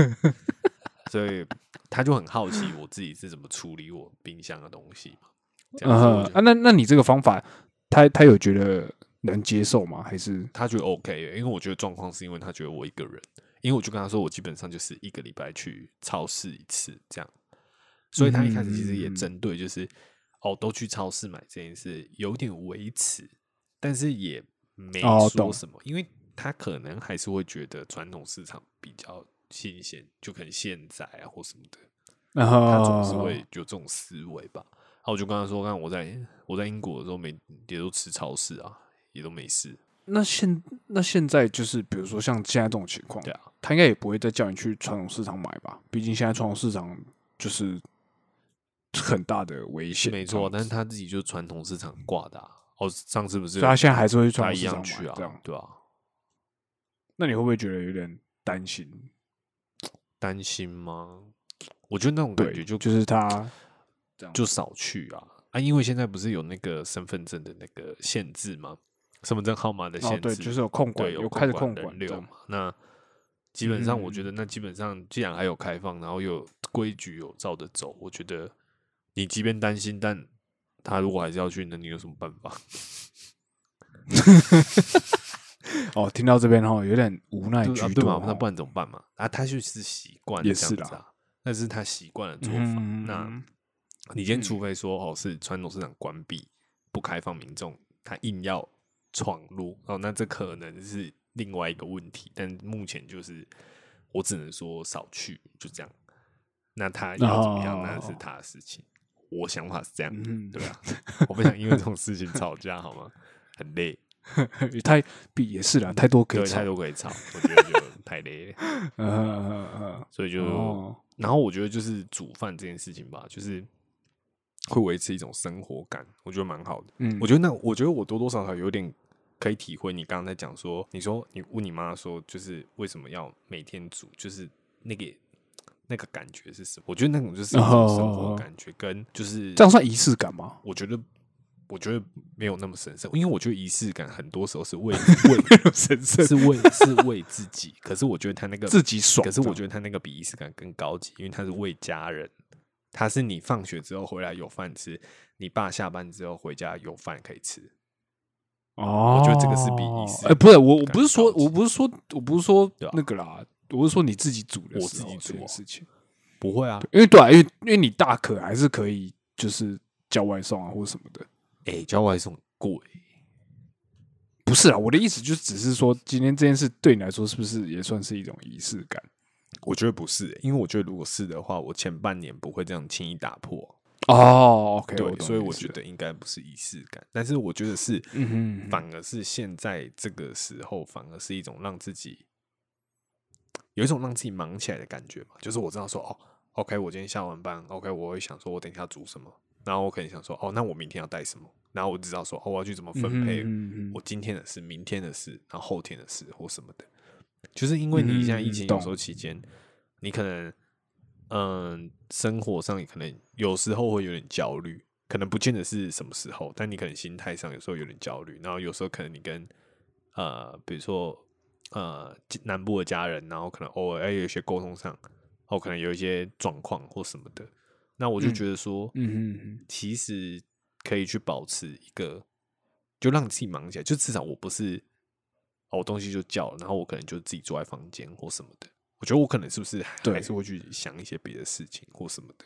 S1: 所以他就很好奇我自己是怎么处理我冰箱的东西嘛。这样
S2: 嗯
S1: 子
S2: 哼
S1: 我就
S2: 啊，那那你这个方法，他他有觉得能接受吗？还是
S1: 他觉得 OK，欸因为我觉得状况是因为他觉得我一个人，因为我就跟他说我基本上就是一个礼拜去超市一次这样，所以他一开始其实也
S2: 嗯
S1: 针对就是、哦都去超市买这件事有点维持，但是也没
S2: 哦
S1: 说
S2: 懂
S1: 什么，因为他可能还是会觉得传统市场比较新鲜，就可能现宰啊或什么的，
S2: 然后
S1: 他总是
S2: 哦
S1: 会有这种思维吧。然后我就跟他说，看我在我在英国的时候没也都吃超市啊，也都没事，
S2: 那现那现在就是，比如说像现在这种情况，
S1: 对啊，
S2: 他应该也不会再叫你去传统市场买吧？毕竟现在传统市场就是很大的危险，
S1: 没错，但是他自己就是传统市场挂的、啊。哦，上次不是
S2: 所以他现在还是会去传
S1: 他
S2: 统
S1: 一
S2: 市场
S1: 样
S2: 买
S1: 去
S2: 这样
S1: 啊，，对啊，
S2: 那你会不会觉得有点担心？
S1: 担心吗？我觉得那种感觉
S2: 对，
S1: 就
S2: 就是他哦
S1: 就少去啊啊！因为现在不是有那个身份证的那个限制吗？身份证号码的限
S2: 哦
S1: 制，，
S2: 对，就是有控管，
S1: 对有
S2: 开始控
S1: 人
S2: 管这
S1: 流
S2: 样嗯
S1: 嘛。那基本上，我觉得那基本上，既然还有开放，然后又有规矩有照着走，我觉得你即便担心，但他如果还是要去，那你有什么办法？
S2: 哦，听到这边后有点无奈
S1: 对啊
S2: 居
S1: 对
S2: 多
S1: 嘛？
S2: 齁，
S1: 那不然怎么办嘛？啊，他就是习惯
S2: 也
S1: 这
S2: 是
S1: 样子
S2: 啦
S1: 啊，那是他习惯的做法。
S2: 嗯
S1: 那你今天
S2: 嗯
S1: 除非说哦是传统市场关闭不开放民众，他硬要闯入哦，那这可能是另外一个问题。但目前就是我只能说少去，就这样。那他要怎么样，那是
S2: 哦
S1: 他的事情。我想法是这样，
S2: 嗯
S1: 对啊，我不想因为这种事情吵架，好吗？很累，
S2: 太也是啦，太多可
S1: 对，
S2: 以吵
S1: 太，多可以吵，我觉得就太累了，
S2: 嗯嗯嗯
S1: 所以就
S2: 嗯，哦，
S1: 然后我觉得就是煮饭这件事情吧，就是会维持一种生活感，我觉得蛮好的。
S2: 嗯，
S1: 我觉得那我觉得我多多少少有点可以体会你刚才讲说，你说你问你妈说，就是为什么要每天煮，就是那个那个感觉是什么？我觉得那种就是一种生活感觉，跟就是
S2: 哦这样算仪式感吗？
S1: 我觉得。我觉得没有那么神圣，因为我觉得仪式感很多时候是 为为
S2: 神圣
S1: 是为是为自己，可是我觉得他那个
S2: 自己爽，
S1: 可是我觉
S2: 得
S1: 得他那个比仪式感更高级，因为他是为家人，他是你放学之后回来有饭吃，你爸下班之后回家有饭可以吃。
S2: 哦，
S1: 觉得这个是比仪式
S2: 哎，不是我我
S1: 感
S2: 不是说
S1: 高级
S2: 我不是说我不是说
S1: 对啊
S2: 那个啦，我是说你自己煮的
S1: 我
S2: 时
S1: 自
S2: 候
S1: 己
S2: 这
S1: 煮
S2: 件
S1: 哦
S2: 事情，
S1: 不会啊，
S2: 因为对啊，因为因为你大可还是可以就是叫外送啊或什么的。
S1: 哎、叫外送贵，
S2: 不是啊，我的意思就只是说，今天这件事对你来说是不是也算是一种仪式感？
S1: 我觉得不是欸、因为我觉得如果是的话，我前半年不会这样轻易打破。
S2: 哦，OK，
S1: 对，所以我觉
S2: 觉得。
S1: 得应该不是仪式感，但是我觉得是，
S2: 嗯哼嗯哼
S1: 反而是现在这个时候，反而是一种让自己有一种让自己忙起来的感觉嘛。就是我知道说，哦，OK，我今天下完班，OK，我会想说我等一下煮什么，然后我可能想说，哦，那我明天要带什么，然后我知道说，哦，我要去怎么分配
S2: 嗯哼嗯哼
S1: 我今天的事、明天的事，然后后天的事或什么的。就是因为你现在疫
S2: 嗯
S1: 情
S2: 懂
S1: 有时候期间，你可能嗯，生活上也可能有时候会有点焦虑，可能不见得是什么时候，但你可能心态上有时候有点焦虑，然后有时候可能你跟呃，比如说呃南部的家人，然后可能偶尔哎有一些沟通上，哦，可能有一些状况或什么的，那我就
S2: 嗯
S1: 觉得说，
S2: 嗯哼嗯哼
S1: 其实可以去保持一个，就让自己忙起来，就至少我不是哦，我东西就叫了，然后我可能就自己坐在房间或什么的。我觉得我可能是不是
S2: 对
S1: 还是会去想一些别的事情或什么的。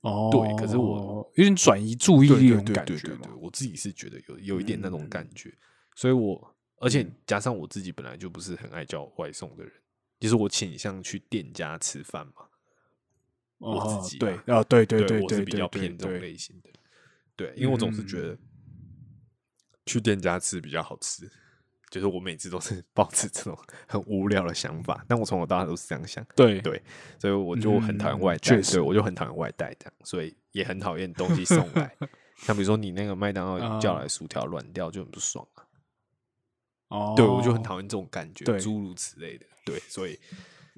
S2: 哦，
S1: 对可是我
S2: 有点转移注意
S1: 对对
S2: 力那种
S1: 对
S2: 感
S1: 对
S2: 觉
S1: 对
S2: 嘛
S1: 对，
S2: 嗯
S1: 我自己是觉得有有一点那种感觉，所以我而且加上我自己本来就不是很爱叫外送的人，就是我倾向去店家吃饭嘛。我自己啊
S2: 哦对啊，对对对
S1: 我是
S2: 对
S1: 比较
S2: 对
S1: 偏这种
S2: 对，嗯
S1: 类型的。对，因为我总是觉得去店家吃比较好吃，就是我每次都是 抱持这种很无聊的想法，但我从小到大都是这样想，
S2: 对
S1: 对所以我就很讨厌外带，
S2: 嗯确实
S1: 对我就很讨厌外带这样，所以也很讨厌东西送 来。像比如说你那个麦当劳
S2: 啊
S1: 叫来薯条软掉就很不爽啊，
S2: 哦，
S1: 对我就很讨厌这种感觉，
S2: 对
S1: 诸如此类的，对，所以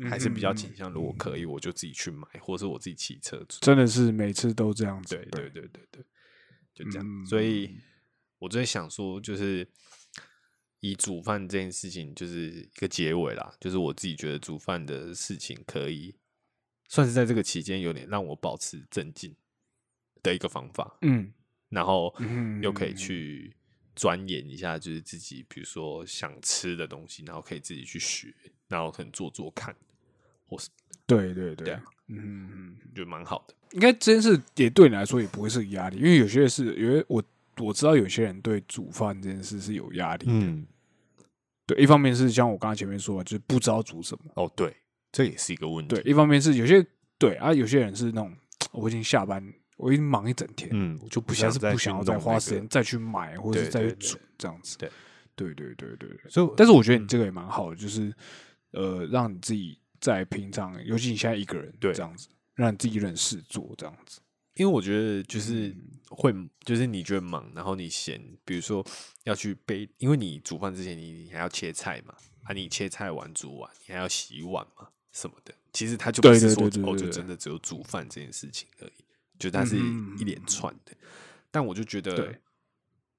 S1: 还是比较
S2: 嗯嗯嗯
S1: 倾向，如果可以我就自己去买，或是我自己骑车煮
S2: 真的是每次都这样子，
S1: 对对对对对，就这样。
S2: 嗯
S1: 所以我在想说，就是以煮饭这件事情就是一个结尾啦，就是我自己觉得煮饭的事情可以算是在这个期间有点让我保持镇静的一个方法，
S2: 嗯
S1: 然后
S2: 嗯
S1: 又可以去钻研一下，就是自己比如说想吃的东西，然后可以自己去学，然后可能做做看，或是
S2: 对对
S1: 对
S2: 对
S1: 啊，
S2: 嗯，
S1: 就蛮好的。
S2: 应该这件事也对你来说也不会是个压力，因为有些是，因为我我知道有些人对煮饭这件事是有压力，
S1: 嗯，
S2: 对，一方面是像我刚才前面说的，就是不知道煮什么。
S1: 哦，对，这也是一个问题。
S2: 对，一方面是有些对啊，有些人是那种我已经下班，我已经忙一整天，
S1: 嗯，我就不
S2: 不想
S1: 想
S2: 是
S1: 再
S2: 不
S1: 去
S2: 想要
S1: 弄
S2: 再花
S1: 那
S2: 时
S1: 个
S2: 间再去买或者
S1: 对
S2: 是再去
S1: 对对
S2: 煮这样子。
S1: 对，
S2: 对对对对对。
S1: 所以我，
S2: 但是我觉得你这个也蛮好的，就是呃，让你自己在平常，尤其你现在一个人，
S1: 对
S2: 这样子，让你自己一个人事做这样子。
S1: 因为我觉得就是
S2: 嗯
S1: 会，就是你觉得忙，然后你闲，比如说要去背，因为你煮饭之前你你还要切菜嘛，啊，你切菜完煮完，你还要洗碗嘛什么的。其实它就不
S2: 对
S1: 是
S2: 对
S1: 说
S2: 对对
S1: 哦，
S2: 对
S1: 就
S2: 对
S1: 真的只有煮饭这件事情而已，就它是
S2: 嗯
S1: 一连串的。但我就觉得
S2: 对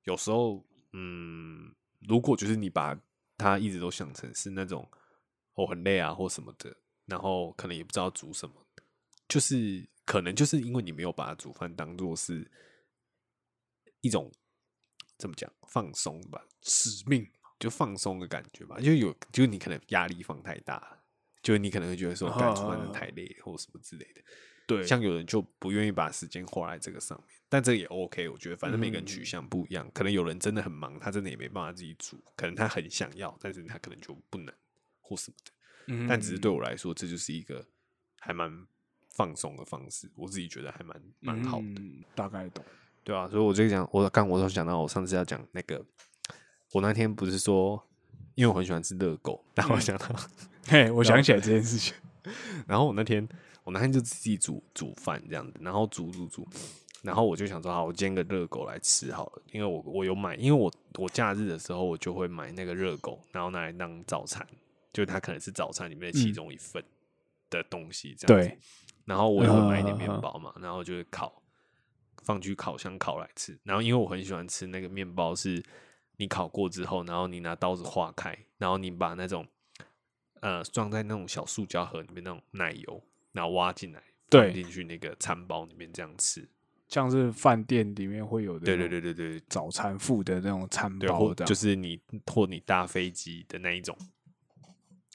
S1: 有时候，嗯，如果就是你把它一直都想成是那种哦很累啊或什么的，然后可能也不知道煮什么，就是可能就是因为你没有把煮饭当做是一种怎么讲放松吧，
S2: 使命，
S1: 就放松的感觉吧，就有就你可能压力放太大了，就你可能会觉得
S2: 嗯
S1: 说，干煮饭真的太累或什么之类的。
S2: 对
S1: 像有人就不愿意把时间花在这个上面，但这也 OK，我觉得反正每个人
S2: 嗯
S1: 取向不一样，可能有人真的很忙，他真的也没办法自己煮，可能他很想要，但是他可能就不能或什么的。
S2: 嗯
S1: 但只是对我来说，这就是一个还蛮放松的方式，我自己觉得还蛮蛮好的。
S2: 嗯大概懂。
S1: 对啊，所以我就讲，我刚我都想到，我上次要讲那个，我那天不是说，因为我很喜欢吃热狗，然后我想到，
S2: 嗯嘿，我想起来这件事情，
S1: 然后我那天我那天就自己煮煮饭这样子，然后煮煮煮，然后我就想说，好，我煎个热狗来吃好了，因为我我有买，因为我我假日的时候我就会买那个热狗，然后拿来当早餐，就它可能是早餐里面的其中一份的东西这样子。
S2: 对，
S1: 然后我也会买一点
S2: 嗯
S1: 面包嘛，然后就是烤，放去烤箱烤来吃。然后因为我很喜欢吃那个面包，是你烤过之后，然后你拿刀子划开，然后你把那种呃装在那种小塑胶盒里面那种奶油，然后挖进来，
S2: 对
S1: 放进去那个餐包里面这样吃。
S2: 像是饭店里面会有的，
S1: 对对对对对
S2: 早餐附的那种餐
S1: 对，或
S2: 包的，
S1: 就是你或你搭飞机的那一种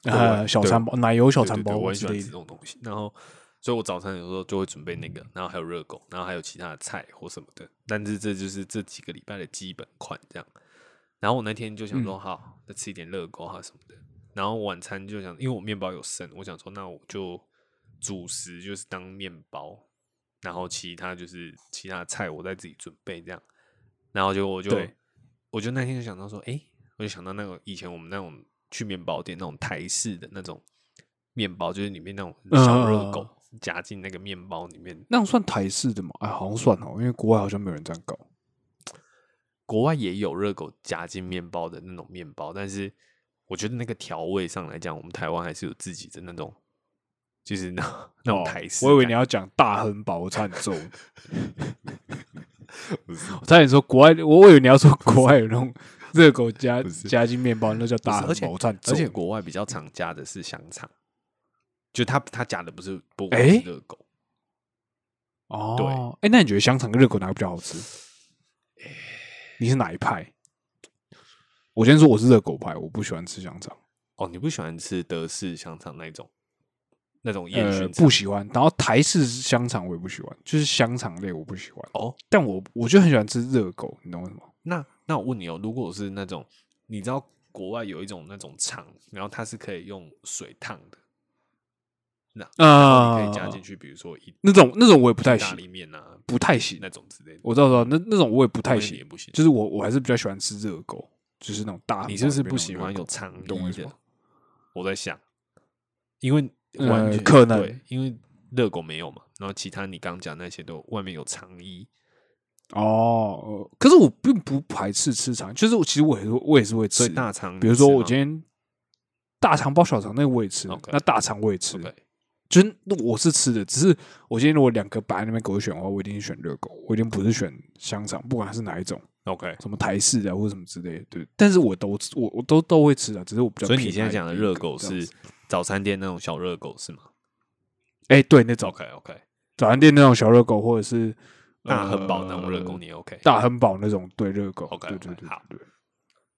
S2: 呃
S1: 对
S2: 小餐包，奶油小
S1: 对
S2: 餐
S1: 对
S2: 包
S1: 对我很喜
S2: 之
S1: 欢
S2: 类
S1: 吃这
S2: 的。
S1: 种东西。然后，所以我早餐有时候就会准备那个，然后还有热狗，然后还有其他的菜或什么的。但是这就是这几个礼拜的基本款这样。然后我那天就想说，
S2: 嗯
S1: 好，再吃一点热狗啊什么的。然后晚餐就想，因为我面包有剩，我想说，那我就主食就是当面包，然后其他就是其他的菜我再自己准备这样。然后就我就
S2: 对
S1: 我就那天就想到说，诶，我就想到那个以前我们那种去面包店那种台式的那种面包，就是里面那种小热狗夹进那个面包里面。
S2: 那种算台式的吗？哎，好像算哦，因为国外好像没有人这样搞。
S1: 国外也有热狗夹进面包的那种面包，但是我觉得那个调味上来讲，我们台湾还是有自己的那种，就是那那种
S2: 哦
S1: 台式感。
S2: 我以为你要讲大亨堡，我差点揍你。
S1: 不是
S2: 我差点说国外，我以为你要说国外有那种热狗加
S1: 不是
S2: 加进面包，那叫
S1: 不是
S2: 大
S1: 而
S2: 亨
S1: 且
S2: 堡，我差点揍
S1: 而且
S2: 你。
S1: 国外比较常加的是香肠，就他他夹的不是不
S2: 诶
S1: 是热狗，
S2: 哦，哎，那你觉得香肠跟热狗哪个比较好吃？你是哪一派？我先说我是热狗派，我不喜欢吃香肠，
S1: 哦，你不喜欢吃德式香肠那一种，那种烟
S2: 呃，
S1: 熏肠、
S2: 不喜欢。然后台式香肠我也不喜欢，就是香肠类我不喜欢。
S1: 哦。
S2: 但我我就很喜欢吃热狗，你懂我什么？
S1: 那那我问你哦，如果是那种，你知道国外有一种那种肠，然后它是可以用水烫的，那
S2: 啊
S1: 然后你可以加进去，比如说意
S2: 那种那种我也不
S1: 不
S2: 太
S1: 意大利
S2: 行，
S1: 面啊，
S2: 不太行
S1: 那。种之类的，
S2: 我知道，知道，那那种我也不
S1: 那
S2: 太
S1: 你也
S2: 行。
S1: 不行。
S2: 就是我我还是比较喜欢吃热狗，就是那种大汉堡里
S1: 你
S2: 面
S1: 是
S2: 那
S1: 不
S2: 种热
S1: 是
S2: 狗。
S1: 不喜欢有肠
S2: 你懂我
S1: 衣
S2: 意思
S1: 的
S2: 吗？
S1: 我在想，因为
S2: 呃
S1: 完全、
S2: 可能
S1: 对，因为热狗没有嘛，然后其他你刚讲那些都外面有肠衣，
S2: 哦，呃可是我并不排斥吃肠，就是我其实我也是我也是会
S1: 所
S2: 吃
S1: 以。大肠你吃吗，
S2: 比如说我今天大肠包小肠，那个我也吃
S1: OK
S2: 那大肠我也吃
S1: OK
S2: 就是我是吃的，只是我今天如果两个摆在那边给我选的话，我一定是选热狗，我一定不是选香肠，不管是哪一种，
S1: OK，
S2: 什么台式啊的或者什么之类的，对。但是我都吃我我都都会吃啊的，只是我比较
S1: 所
S2: 偏爱
S1: 以
S2: 第一
S1: 你现
S2: 个。
S1: 在讲的热狗
S2: 这样
S1: 是
S2: 子，
S1: 早餐店那种小热狗是吗
S2: 哎、对，那种
S1: ？OK OK，
S2: 早餐店那种小热狗，或者是
S1: 大汉堡那种热
S2: 呃
S1: 狗你也 OK。
S2: 大亨堡那种对热狗
S1: OK，
S2: 对对
S1: OK，
S2: 对
S1: 好
S2: 对，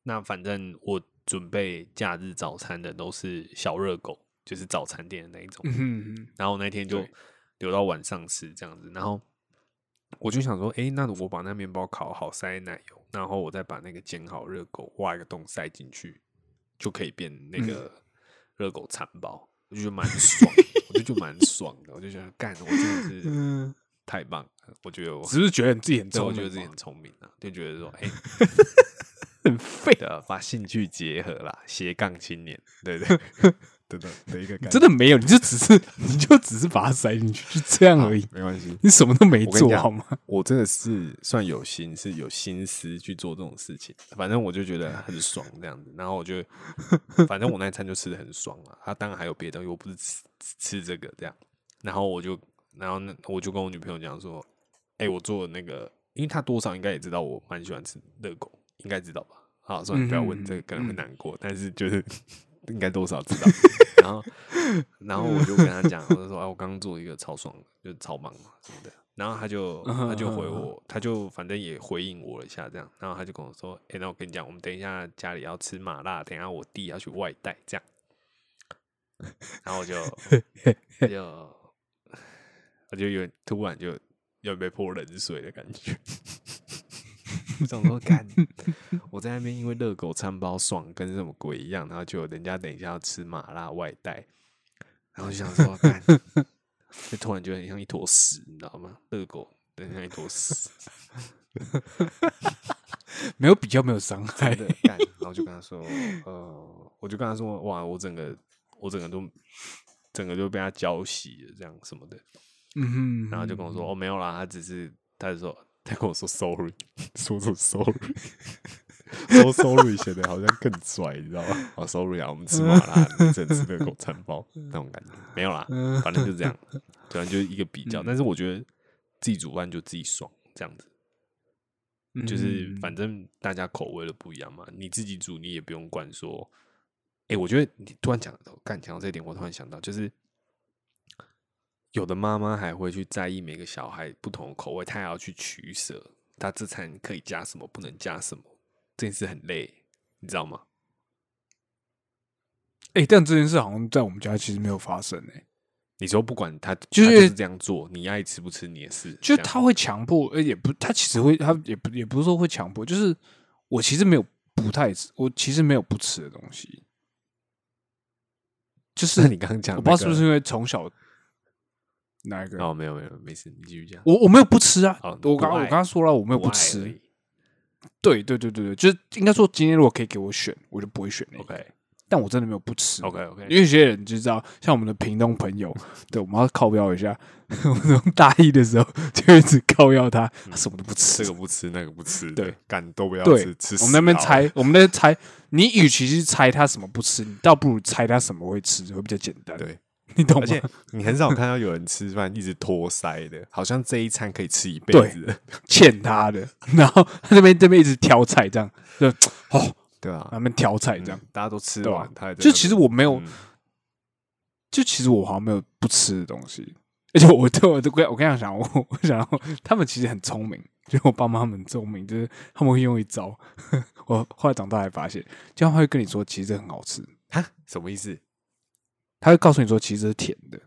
S1: 那反正我准备假日早餐的都是小热狗，就是早餐店的那一种。
S2: 嗯哼哼，
S1: 然后那天就
S2: 对
S1: 留到晚上吃这样子，然后我就想说，诶，那我把那面包烤好，塞奶油，然后我再把那个煎好热狗挖一个洞塞进去，就可以变
S2: 嗯
S1: 那个热狗餐包，我就觉得蛮爽的，我就觉得蛮爽的，我就觉得干，我真的是
S2: 嗯，
S1: 太棒了，我觉得我
S2: 只是觉得你自己很
S1: 对，
S2: 聪
S1: 我
S2: 明嘛，
S1: 觉得自己很聪明啊，就觉得 说，哎、
S2: 很 废，
S1: 对啊，把兴趣结合啦，斜杠青年，对 不对？对的的一个感
S2: 真
S1: 的
S2: 的没有，你就只是你就只是把它塞进去，就这样而已，
S1: 没关系。
S2: 你什么都没
S1: 我跟你
S2: 做
S1: 讲
S2: 好吗？
S1: 我真的是算有心，是有心思去做这种事情。反正我就觉得很爽这样子，然后我就，反正我那一餐就吃的很爽啊。他、当然还有别的东西，我不是吃吃吃这个这样。然后我就，然后那我就跟我女朋友讲说，哎、我做的那个，因为她多少应该也知道我蛮喜欢吃热狗，应该知道吧？好，算了，不要问这个，可能会难过，但是就是 应该多少知道。 然后，然后我就跟他讲，我就说，哎，我刚刚做一个超爽的，就是超忙嘛什么的。然后他就他就回我，他就反正也回应我了一下这样。然后他就跟我说，哎，那我跟你讲，我们等一下家里要吃麻辣，等一下我弟要去外带这样。然后我就就我就有点突然就有点被泼冷水的感觉。 我想说，干，我在那边因为热狗餐包爽跟什么鬼一样，然后就有人家等一下要吃麻辣外带，然后就想说，干，就突然觉得很像一坨屎，你知道吗？热狗很像一坨屎，
S2: 没有比较，没有伤害
S1: 真。的干。然后就跟他说，呃，我就跟他说，哇，我整个我整个都整个就被他浇熄了，这样什么的。
S2: 嗯哼，
S1: 然后就跟我说，哦，没有啦，他只是，他就说，他跟我说 sorry，说 出 sorry，说 sorry 显得好像更拽，你知道吗？哦，sorry 啊，我们吃麻辣，你只能吃那个狗餐包那种感觉，没有啦，反正就这样，反正就是一个比较。但是我觉得自己煮饭就自己爽，这样子，就是
S2: 嗯
S1: 反正大家口味都不一样嘛，你自己煮你也不用管说。哎、我觉得你突然讲到，干讲到这一点，我突然想到，就是有的妈妈还会去在意每个小孩不同的口味，她还要去取舍，她这餐可以加什么，不能加什么，这件事很累，你知道吗？
S2: 哎、但这件事好像在我们家其实没有发生哎、
S1: 你说不管她，
S2: 就
S1: 她
S2: 是
S1: 是这样做，你爱吃不吃你也是，
S2: 就
S1: 这样
S2: 他会强迫，呃，也不，他其实会，他也不也不是说会强迫，就是我其实没有不太吃，我其实没有不吃的东西，就是
S1: 那你刚刚讲
S2: 我
S1: 那
S2: 不
S1: 个，
S2: 知道是不是因为从小哪一个，
S1: 哦，没有没有，没事，你继续讲。
S2: 我我没有不吃啊，
S1: 哦
S2: 我
S1: 不
S2: 刚我
S1: 爱
S2: 刚刚说了我没有
S1: 我
S2: 不
S1: 爱而
S2: 吃，
S1: 已
S2: 对对对对对，就是应该说今天如果可以给我选，我就不会选那个
S1: OK
S2: 但我真的没有不吃
S1: OK OK，
S2: 因为有些人就知道，像我们的屏东朋友，对我们要靠标一下。 我从大一的时候就一直靠要他，他什么都不吃。
S1: 嗯这个不吃那个不吃，
S2: 对，
S1: 干都不要
S2: 对
S1: 吃，吃
S2: 我们那边
S1: 死好 了
S2: 猜，我们那边猜，你与其去猜他什么不吃，你倒不如猜他什么会吃，会比较简单。
S1: 对，
S2: 你懂
S1: 而
S2: 吗？
S1: 且你很少看到有人吃饭一直托腮的，好像这一餐可以吃一辈
S2: 对
S1: 子，
S2: 欠他的，然后他那边这边一直挑菜，这样就哦，
S1: 对啊，
S2: 他们挑菜这样，
S1: 大家都吃
S2: 对吧
S1: 完，他还在
S2: 就
S1: 那
S2: 其
S1: 边
S2: 实我没有，
S1: 嗯
S2: 就其实我好像没有不吃的东西，而且我对我都跟我跟你讲，我我想要他们其实很聪明，就是我爸妈他们很聪明，就是他们会用一招。 我后来长大才发现，就他们会跟你说其实这很好吃，
S1: 哈什么意思？
S2: 他会告诉你说其实这是甜的。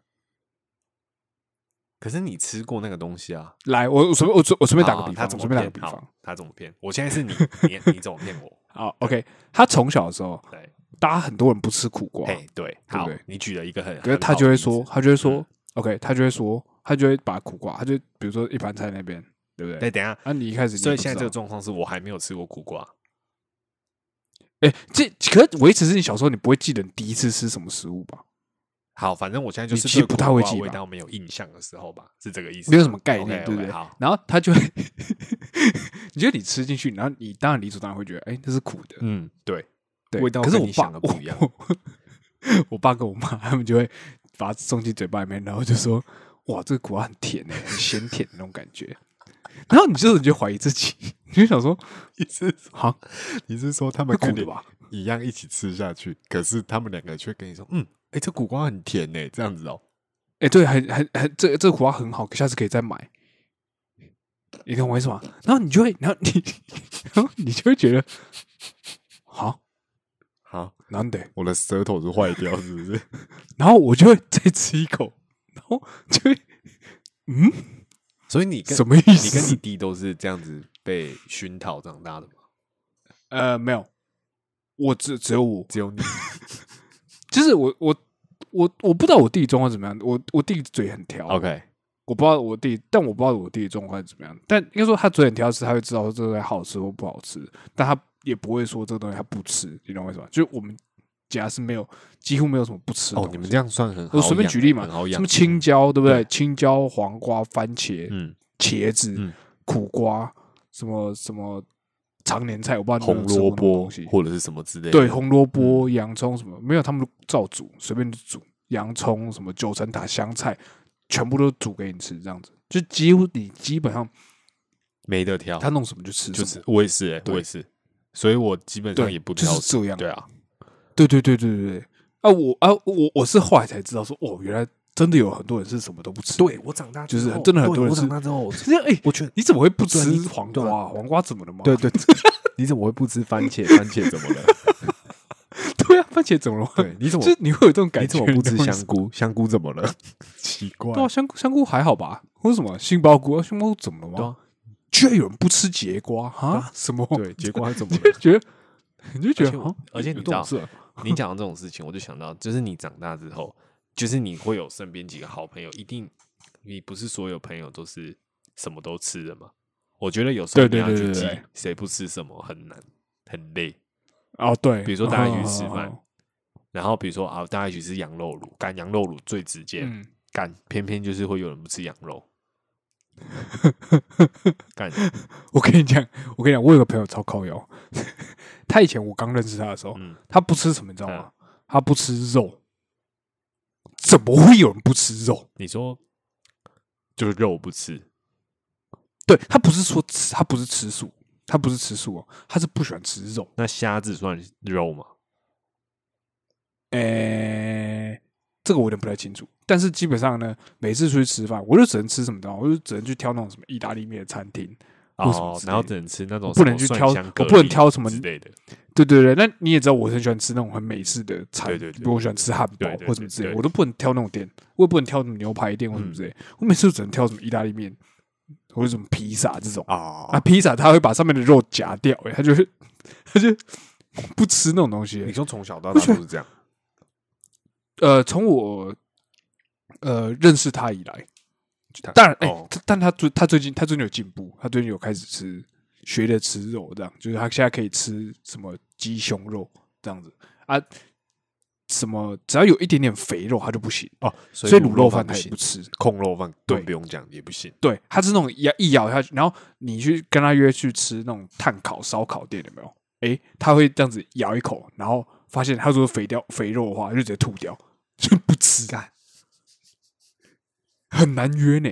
S1: 可是你吃过那个东西啊？
S2: 来，我我随便我随我随便打
S1: 好
S2: 个比
S1: 啊他
S2: 方，
S1: 怎
S2: 我
S1: 么
S2: 随便打个
S1: 骗？
S2: 比方
S1: 好，，他怎么骗？我现在 是你，你你怎么骗我？
S2: 好，OK，他从小的时候，
S1: 对，
S2: 大家很多人不吃苦瓜，
S1: 哎，对，
S2: 对不
S1: 好
S2: 对，
S1: 你举了一个很，
S2: 可是
S1: 很好
S2: 他就
S1: 的
S2: 会
S1: 例子
S2: 说，他就会说、
S1: 嗯
S2: o k 他就会说，他就会把苦瓜，他就比如说一盘菜那边，对不对？
S1: 对，等一下，
S2: 啊，你一开始你
S1: 所以
S2: 不
S1: 现在
S2: 知
S1: 这个
S2: 道
S1: 状况是我还没有吃过苦瓜，
S2: 哎、这可是我一直是你小时候，你不会记得你第一次吃什么食物吧？
S1: 好，反正我现在就
S2: 你
S1: 是
S2: 其实
S1: 对
S2: 不
S1: 苦
S2: 太会
S1: 瓜
S2: 记
S1: 味
S2: 吧
S1: 道没有印象的时候吧，是这个意思吗？
S2: 没有什么概念
S1: OK，OK，
S2: 对不对
S1: 好，
S2: 然后他就会， 你觉得你吃进去，然后你当然理所当然会觉得，哎、这是苦的，
S1: 嗯，对，
S2: 对。
S1: 味道
S2: 可是
S1: 跟
S2: 我
S1: 你
S2: 爸
S1: 想的
S2: 我
S1: 不一样
S2: 我 我爸跟我妈他们就会把它送进嘴巴里面，然后就说，哇，这个苦瓜很甜诶、很咸甜的那种感觉。然后你就是你就怀疑自己，你就想说，
S1: 你是
S2: 好，
S1: 你是说他们
S2: 是苦
S1: 跟
S2: 的
S1: 你
S2: 吧？
S1: 一样一起吃下去，可是他们两个却跟你说，嗯，哎，这苦瓜很甜呢，这样子哦，
S2: 哎、对，很很很，这这个苦瓜很好，下次可以再买。你懂我意思吗？然后你就会，然后你， 然后你就会觉得，好
S1: 好，
S2: 难得。
S1: 我的舌头是坏掉，是不 是？
S2: 然后我就会再吃一口，然后就会，嗯，
S1: 所以你跟
S2: 什么意
S1: 你跟你
S2: 思？
S1: 弟都是这样子被熏陶长大的吗？
S2: 呃，没有，我只只有我，
S1: 只有你，
S2: 就是我我我我不知道我弟状况怎么样，我我弟嘴很挑
S1: OK，
S2: 我不知道我弟，但我不知道我弟的状况是怎么样。但应该说他嘴很挑食，他会知道这个东西好吃或不好吃，但他也不会说这个东西他不吃，你懂我意思吗？就是我们家是没有几乎没有什么不吃 的
S1: 哦
S2: 东，西。
S1: 你们这样算很好
S2: 我
S1: 养，欸
S2: 随便举例嘛
S1: 很好，
S2: 什
S1: 养
S2: 么，青椒对不对？
S1: 对
S2: 青椒、黄瓜、番茄、
S1: 嗯，
S2: 茄子、
S1: 嗯
S2: 苦瓜，什么什么常年菜，我不知道你
S1: 红
S2: 们有没有吃
S1: 萝
S2: 过那种
S1: 卜
S2: 东西
S1: 或者是什么之类的，
S2: 对，红萝
S1: 嗯
S2: 卜、洋葱什么没有，他们都照煮，随便煮洋葱什么九层塔香菜，全部都煮给你吃，这样子就几乎你基本上
S1: 没得挑
S2: 他，弄什么就吃什
S1: 就
S2: 么，
S1: 是我也是，哎
S2: 对
S1: 我也是，所以我基本上
S2: 对，
S1: 也不
S2: 就
S1: 挑
S2: 是
S1: 食。
S2: 这样。
S1: 对啊，
S2: 对对对对对对。啊，我啊我我是后来才知道说，哦，原来真的有很多人是什么都不吃。
S1: 对我长大
S2: 就是
S1: 之后
S2: 真的很
S1: 对
S2: 多人
S1: 我
S2: 是
S1: 长大之后，我
S2: 可是哎，
S1: 我觉得
S2: 你怎么会不吃
S1: 对你
S2: 黄
S1: 对
S2: 瓜啊？黄瓜怎么了吗？
S1: 对对， 你怎么会不吃番 茄？番茄怎么了？
S2: 对啊，番茄怎么了吗？
S1: 对，你怎么
S2: 就是你会有这种感
S1: 你
S2: 觉，
S1: 怎么不吃
S2: 你懂吗
S1: 香菇？香菇怎么了？ 奇怪
S2: 对啊，香菇香菇还好吧？为什么杏鲍菇？啊杏鲍菇怎么了
S1: 对啊
S2: 吗？居然有人不吃节瓜啊？什么？
S1: 对，结果他怎么
S2: 你
S1: 了
S2: 就？ 觉得你就觉
S1: 而且
S2: 得，
S1: 我
S2: 啊
S1: 而且
S2: 有
S1: 你知
S2: 这种
S1: 道
S2: 事啊
S1: 你讲到这种事情，我就想到，就是你长大之后，就是你会有身边几个好朋友，一定你不是所有朋友都是什么都吃的嘛？我觉得有时候
S2: 对
S1: 你
S2: 对
S1: 要
S2: 对
S1: 去
S2: 对
S1: 记
S2: 对
S1: 谁不吃什么很难，很累。
S2: 哦，对，
S1: 比如说大家一起
S2: 哦
S1: 吃饭，然后比如说啊，大家一起吃羊肉卤，干羊肉卤最直接，
S2: 嗯，
S1: 干偏偏就是会有人不吃羊 肉，干
S2: 我跟你讲，我跟你讲，我有个朋友超靠腰， 他以前我刚认识他的时候，
S1: 嗯
S2: 他不吃什么，你知道吗？他不吃肉，怎么会有人不吃肉？
S1: 你说就是肉不吃，
S2: 对他不是说吃，他不是吃素，他不是吃素哦，他是不喜欢吃肉。
S1: 那虾子算肉吗？
S2: 诶，这个我有点不太清楚。但是基本上呢，每次出去吃饭，我就只能吃什么的，我就只能去挑那种什么意大利面的餐厅。或什么
S1: 哦，
S2: 之
S1: 然后
S2: 类
S1: 只
S2: 的
S1: 能吃那种
S2: 我
S1: 什
S2: 不
S1: 么
S2: 能去
S1: 蒜
S2: 挑
S1: 香
S2: 我
S1: 蛤
S2: 不能
S1: 蜊
S2: 挑什么
S1: 之类的，
S2: 对对对，那你也知道，我是很喜欢吃那种很美式的餐，
S1: 对对对
S2: 比如我喜欢吃汉堡
S1: 对对对
S2: 或什么之类的，
S1: 对嗯
S2: 我都不能挑那种店，我也不能挑什么牛排店或什么之类的，我每次都只能挑什么意大利面或者什么披萨这种。
S1: 哦
S2: 啊，披萨它会把上面的肉夹掉、欸，他就会他就 不吃那种东西、欸
S1: 你说从小到
S2: 不
S1: 大
S2: 是
S1: 都是这样，
S2: 呃，从我呃认识他以来，
S1: 他
S2: 当然，哎、
S1: 哦
S2: 他但他最他最近他最近有进步，他最近有开始吃学着吃肉，这样就是他现在可以吃什么鸡胸肉这样子啊，什么只要有一点点肥肉他就不行，
S1: 哦，
S2: 所
S1: 所
S2: 以卤肉饭他也不
S1: 行，
S2: 吃。
S1: 控肉饭
S2: 对
S1: 更不用讲也不行。
S2: 对，他是那种咬一咬下去，然后你去跟他约去吃那种炭烤烧烤店，有没有？哎，他会这样子咬一口，然后发现他如果肥掉肥肉的话，就直接吐掉，就不吃干，很难约呢。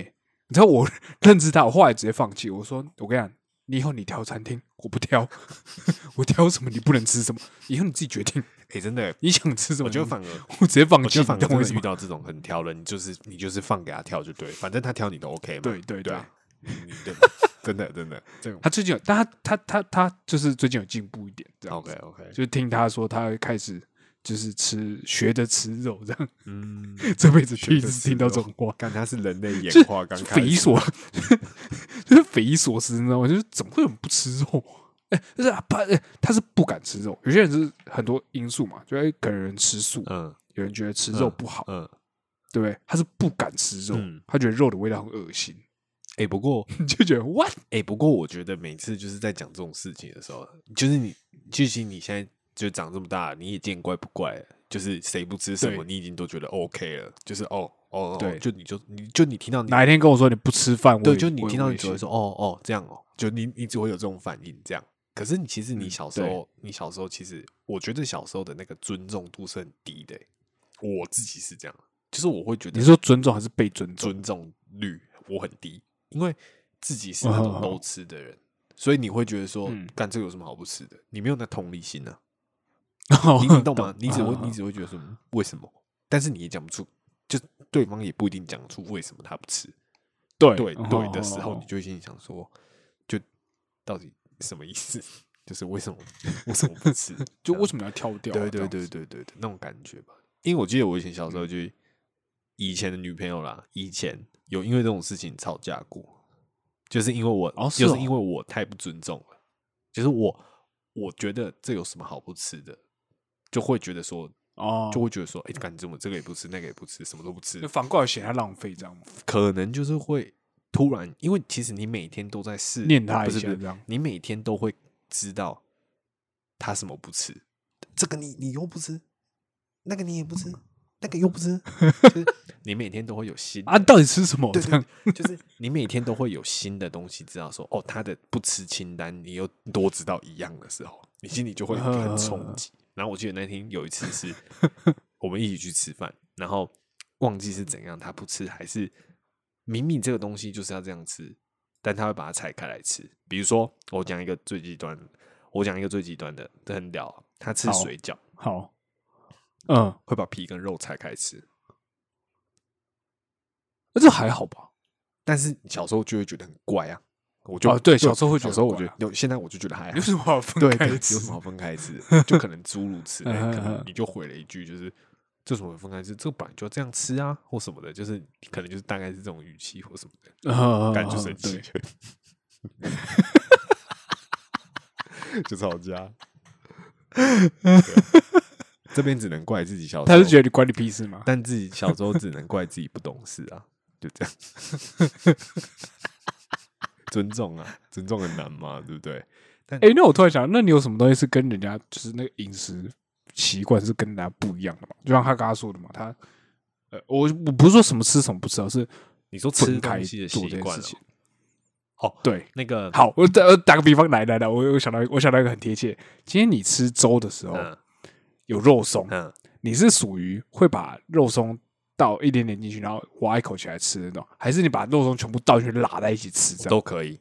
S2: 你知道我认识他，我后来直接放弃。我说，我跟你讲，你以后你挑餐厅，我不挑， 我挑什么你不能吃什么，以后你自己决定，
S1: 哎，真的，
S2: 你想吃什么
S1: 我
S2: 你，
S1: 觉得反而，
S2: 我直接放
S1: 我
S2: 弃，
S1: 觉得反
S2: 你
S1: 而
S2: 懂我意
S1: 真
S2: 思
S1: 的
S2: 吗
S1: 遇？到这种很挑人，你就是你就是放给他挑就对，反正他挑你都 OK 嘛。
S2: 对对
S1: 对
S2: 对
S1: 啊，嗯 对，真的真的这种
S2: 他最近有，但他他他他就是最近有进步一点，这样子
S1: OK OK，
S2: 就听他说，他会开始就是吃学着吃肉，这样
S1: 嗯，
S2: 这辈子第
S1: 学
S2: 一
S1: 着
S2: 次
S1: 吃
S2: 听到这
S1: 肉
S2: 种话，
S1: 看他是人 类
S2: 就
S1: 演化刚开
S2: 匪夷
S1: 始
S2: 所， 就是匪夷所思，你知道吗？就是怎么会有人不吃肉？哎、就是他不、哎他是不敢吃肉，有些人是很多因素嘛，就哎可能有人吃素，
S1: 嗯
S2: 有人觉得吃肉不好，
S1: 嗯，
S2: 对不对？他是不敢吃肉，
S1: 嗯
S2: 他觉得肉的味道很 恶心，
S1: 哎，不过
S2: 你就觉得 what？
S1: 哎、不过我觉得每次就是在讲这种事情的时候，就是你，就其实你现在就长这么大了，你也见怪不怪了。就是谁不吃什么，
S2: 对
S1: 你已经都觉得 OK 了。就是哦哦，哦
S2: 对
S1: 就你就你就你听到你
S2: 哪一天跟我说你不吃饭，我
S1: 对，
S2: 也
S1: 就你
S2: 我也
S1: 听到
S2: 我
S1: 你
S2: 也
S1: 只会
S2: 信
S1: 说哦哦这样哦，就你你只会有这种反应这样。可是你其实你
S2: 嗯
S1: 小时
S2: 对
S1: 候，你小时候其实我觉得小时候的那个尊重度是很低的欸、我自己是这样，就是我会觉得
S2: 你说尊重还是被尊重？
S1: 尊重率我很低，因为自己是那
S2: 嗯
S1: 种
S2: 嗯嗯
S1: 都吃的人，所以你会觉得说
S2: 嗯，
S1: 干这个有什么好不吃的？你没有那同理心啊，
S2: 哦
S1: 你你 懂吗？你只
S2: 啊
S1: 会你只会觉得说嗯为什么，但是你也讲不出，就对方也不一定讲出为什么他不吃。
S2: 对
S1: 对
S2: 嗯
S1: 对的时候，
S2: 嗯嗯
S1: 你就会心里想说，就到底什么意思？ 就是为什么为什么不吃？
S2: 就为
S1: 么？
S2: 什么要挑掉啊、
S1: 对对
S2: 这样
S1: 对
S2: 子，嗯
S1: 对对对，那种感觉吧。因为我记得我以前小时候就以前的女朋友啦，以前有因为这种事情吵架过，就是因为我，
S2: 哦是
S1: 就
S2: 哦
S1: 是因为我太不尊重了，就是我我觉得这有什么好不吃的，就会觉得说，
S2: 哦，
S1: 就会觉得说，哎、干你怎么这个也不吃，那个也不吃，什么都不吃
S2: 就，反过来嫌他浪费，这样吗？
S1: 可能就是会突然，因为其实你每天都在试
S2: 念他
S1: 不
S2: 一
S1: 是
S2: 下
S1: 不是
S2: 这样
S1: 你每天都会知道他什么不吃，这个你你又不吃，那个你也不吃，那个又不 吃，就是你每天都会有新
S2: 啊，到底吃什么？
S1: 对
S2: 这
S1: 对
S2: 样
S1: 对， 就是你每天都会有新的东西知道说，哦，他的不吃清单，你又多知道一样的时候，你心里就会很冲击。然后我记得那天有一次 是我们一起去吃饭，然后忘记是怎样，他不吃还是明明这个东西就是要这样吃，但他会把它拆开来吃。比如说，我讲一个最极端的，我讲一个最极端的，这很屌啊，他吃
S2: 好
S1: 水饺
S2: 好，嗯，
S1: 会把皮跟肉拆开吃，
S2: 那这还好吧？
S1: 但是小时候就会觉得很怪啊。我就、
S2: 哦对小时候会觉
S1: 小
S2: 得
S1: 时候我
S2: 怪
S1: 觉得
S2: 啊
S1: 有，现在我就觉得还好
S2: 有。什么好分
S1: 对，
S2: 开
S1: 哎对
S2: 的
S1: 有
S2: 吃
S1: 什么好分开吃的？就可能诸如此类，
S2: 嗯
S1: 可
S2: 嗯
S1: 能
S2: 嗯
S1: 你就毁了一句，就是这什么分开吃？这个本来就要这样吃啊，或什么的，就是可能就是大概是这种语气或什么的，
S2: 嗯
S1: 感觉
S2: 嗯
S1: 生
S2: 嗯对
S1: 气， 就吵 架。对这边只能怪自己小时
S2: 他
S1: 候，
S2: 是觉得你关你屁事吗？
S1: 但自己小时候只能怪自己不懂事啊，就这样。尊重啊，尊重很难嘛，对不对？
S2: 哎、那我突然想，那你有什么东西是跟人家就是那个饮食习惯是跟人家不一样的嘛？就像他刚刚说的嘛，他呃，我我不是说什么吃什么不吃，而啊是
S1: 你说吃
S2: 分开
S1: 东西的
S2: 做
S1: 习
S2: 这件
S1: 惯
S2: 事
S1: 了
S2: 情。
S1: 哦，
S2: 对，
S1: 那个
S2: 好，我打我打个比方，来来来，我我想到一个我想到一个很贴切，今天你吃粥的时候、
S1: 嗯
S2: 有肉松，
S1: 嗯，
S2: 你是属于会把肉松倒一点点进去，然后挖一口起来吃的那种，还是你把肉松全部倒进去拉在一起吃这样？
S1: 都可以。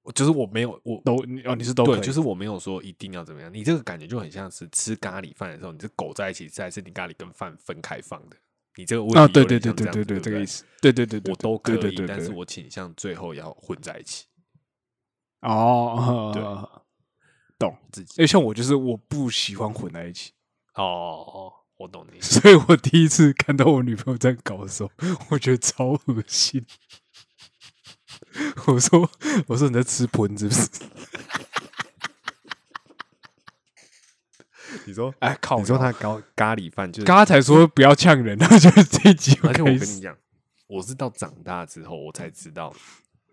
S1: 我就是我没有我
S2: 都你哦，你是都可
S1: 对，
S2: 以，
S1: 就是我没有说一定要怎么样。你这个感觉就很像是吃咖喱饭的时候，你是狗在一起吃，还是你咖喱跟饭分开放的？你这个问题
S2: 啊，对
S1: 有
S2: 对
S1: 点
S2: 对
S1: 像这
S2: 对
S1: 样子对不
S2: 对对，这个
S1: 对
S2: 意。思，对对对对，
S1: 我都可
S2: 对对
S1: 以，
S2: 对
S1: 但是
S2: 对
S1: 我倾向最后要混在一起。
S2: 哦，
S1: 对
S2: 呃懂。
S1: 自己
S2: 因为像我就是我不喜欢混在一起，。
S1: 哦哦，哦我懂你
S2: 所以我第一次看到我女朋友这样搞的时候，我觉得超恶心。我说，我说你在吃盆是不是？
S1: 你说，
S2: 哎，靠！
S1: 你说他搞咖喱饭就是
S2: 刚刚才说不要呛人，然后就是这一集又
S1: 而且我
S2: 开
S1: 跟
S2: 始
S1: 你，讲，我是到长大之后我才知道，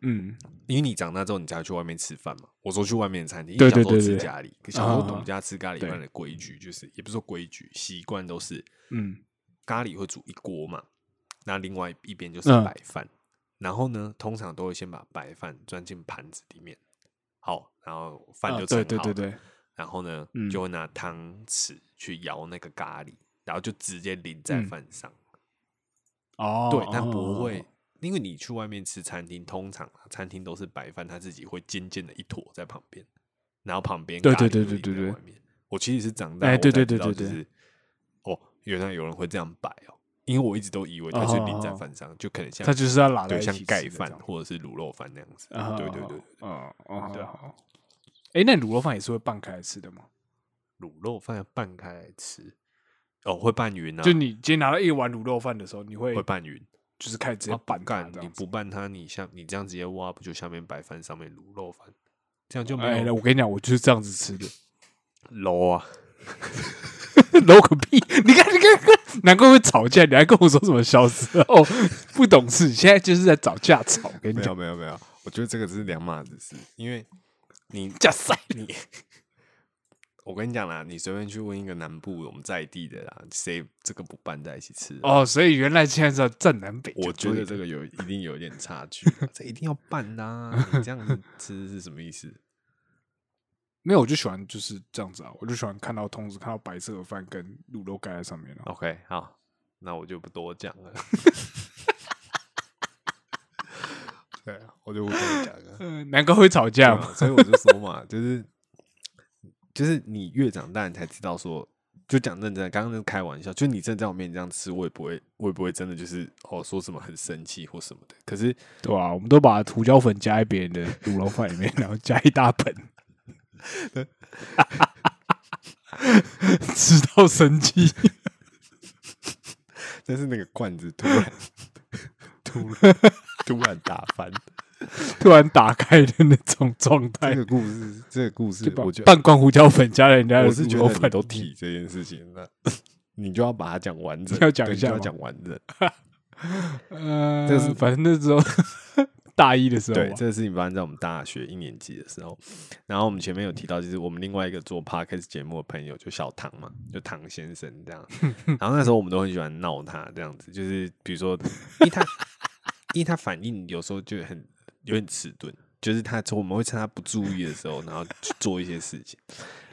S2: 嗯，
S1: 因为你长大之后你才会去外面吃饭嘛。我说去外面的餐厅，
S2: 对
S1: 因为
S2: 对对
S1: 小时候
S2: 对
S1: 吃
S2: 对
S1: 家里，可小时候
S2: 啊
S1: 懂家吃咖喱
S2: 对
S1: 饭的规矩，就是也不是说规矩，习惯都是
S2: 嗯，
S1: 咖喱会煮一锅嘛，那另外一边就是
S2: 嗯
S1: 白饭，然后呢，通常都会先把白饭装进盘子里面，好，然后饭
S2: 啊
S1: 就盛好、
S2: 对对对，对，
S1: 然后呢，
S2: 嗯
S1: 就会拿汤匙去舀那个咖喱，然后就直接淋在
S2: 嗯
S1: 饭上。
S2: 哦，
S1: 对，但不
S2: 哦
S1: 会，，因为你去外面吃餐厅，通常啊餐厅都是白饭，它自己会尖尖的一坨在旁边，然后旁边
S2: 对
S1: 咖
S2: 对
S1: 喱
S2: 对
S1: 就
S2: 对
S1: 淋
S2: 对
S1: 在
S2: 对
S1: 外面我其实是长大，
S2: 哎
S1: 我
S2: 对
S1: 才知
S2: 对对
S1: 道
S2: 对
S1: 就
S2: 对
S1: 是哦，原来有人会这样摆哦，因为我一直都以为它是淋在饭上，就可能像
S2: 哦他就是要拉在
S1: 对
S2: 一
S1: 像
S2: 起吃
S1: 盖
S2: 的
S1: 饭
S2: 这样
S1: 或者是卤肉饭那样子，
S2: 啊，
S1: 对对对，
S2: 哦哦，
S1: 对
S2: 对
S1: 啊
S2: 啊。哎，那卤肉饭也是会拌开来吃的吗？
S1: 卤肉饭要拌开来吃，哦会拌匀啊，
S2: 就你今天拿到一碗卤肉饭的时候，你会
S1: 会拌匀，
S2: 就是开始直接
S1: 啊
S2: 拌它
S1: 干
S2: 这
S1: 你
S2: 样子。
S1: 不拌它，你像你这样直接挖，不就下面白饭上面卤肉饭，这样就没
S2: 哎，
S1: 有
S2: 我跟你讲，我就是这样子吃的，
S1: low 啊。
S2: 搂个屁！你看，你看，难怪会吵架，你还跟我说什么小时候不懂事，现在就是在找架吵。我跟
S1: 哦
S2: 你
S1: 没
S2: 讲，
S1: 有没有没有，我觉得这个是两码子事，因为你
S2: 架塞
S1: 你， 我跟你讲啦，你随便去问一个南部我们在地的啦，谁这个不拌在一起吃啊？
S2: 哦，所以原来现在是要站南北。
S1: 我觉得这个有一定有一点差距 啊，这一定要拌呐、你这样子吃是什么意思？
S2: 没有，我就喜欢就是这样子啊，我就喜欢看到通知看到白色的饭跟卤肉盖在上面了。啊
S1: OK，好，那我就不多讲 了。对啊，我就不多讲了。
S2: 嗯，难怪会吵架
S1: 对
S2: 嘛。
S1: 啊所以我就说嘛，就是就是你越长大，你才知道说，就讲认真的，刚刚那是开玩笑，就你真的在我面前这样吃，我也不会，我也不会真的就是哦说什么很生气或什么的。可是
S2: 对啊，我们都把胡椒粉加在别人的卤肉饭里面，然后加一大盆， 吃到生气。
S1: 但是那个罐子突然突然突然打翻，
S2: 突然打开的那种状态
S1: 这，个故事，这个故事
S2: 就，把
S1: 我觉得
S2: 半罐胡椒粉加在人家的
S1: 我是
S2: 卤
S1: 觉
S2: 肉
S1: 得你
S2: 饭
S1: 都
S2: 里面
S1: 提这件事情了， 你就要把它讲完整，
S2: 要讲
S1: 对
S2: 一
S1: 你
S2: 下
S1: 就要
S2: 吗
S1: 讲完整。
S2: 呃，
S1: 这是
S2: 反正那时候 大一的时候
S1: 对，
S2: 吧，
S1: 这个事情发生在我们大学一年级的时候。然后我们前面有提到，就是我们另外一个做 podcast 节目的朋友，就小唐嘛，就唐先生这 样。然后那时候我们都很喜欢闹他，这样子，就是比如说， 因为他因为他反应有时候就很有点迟钝，就是他我们会趁他不注意的时候，然后去做一些事情。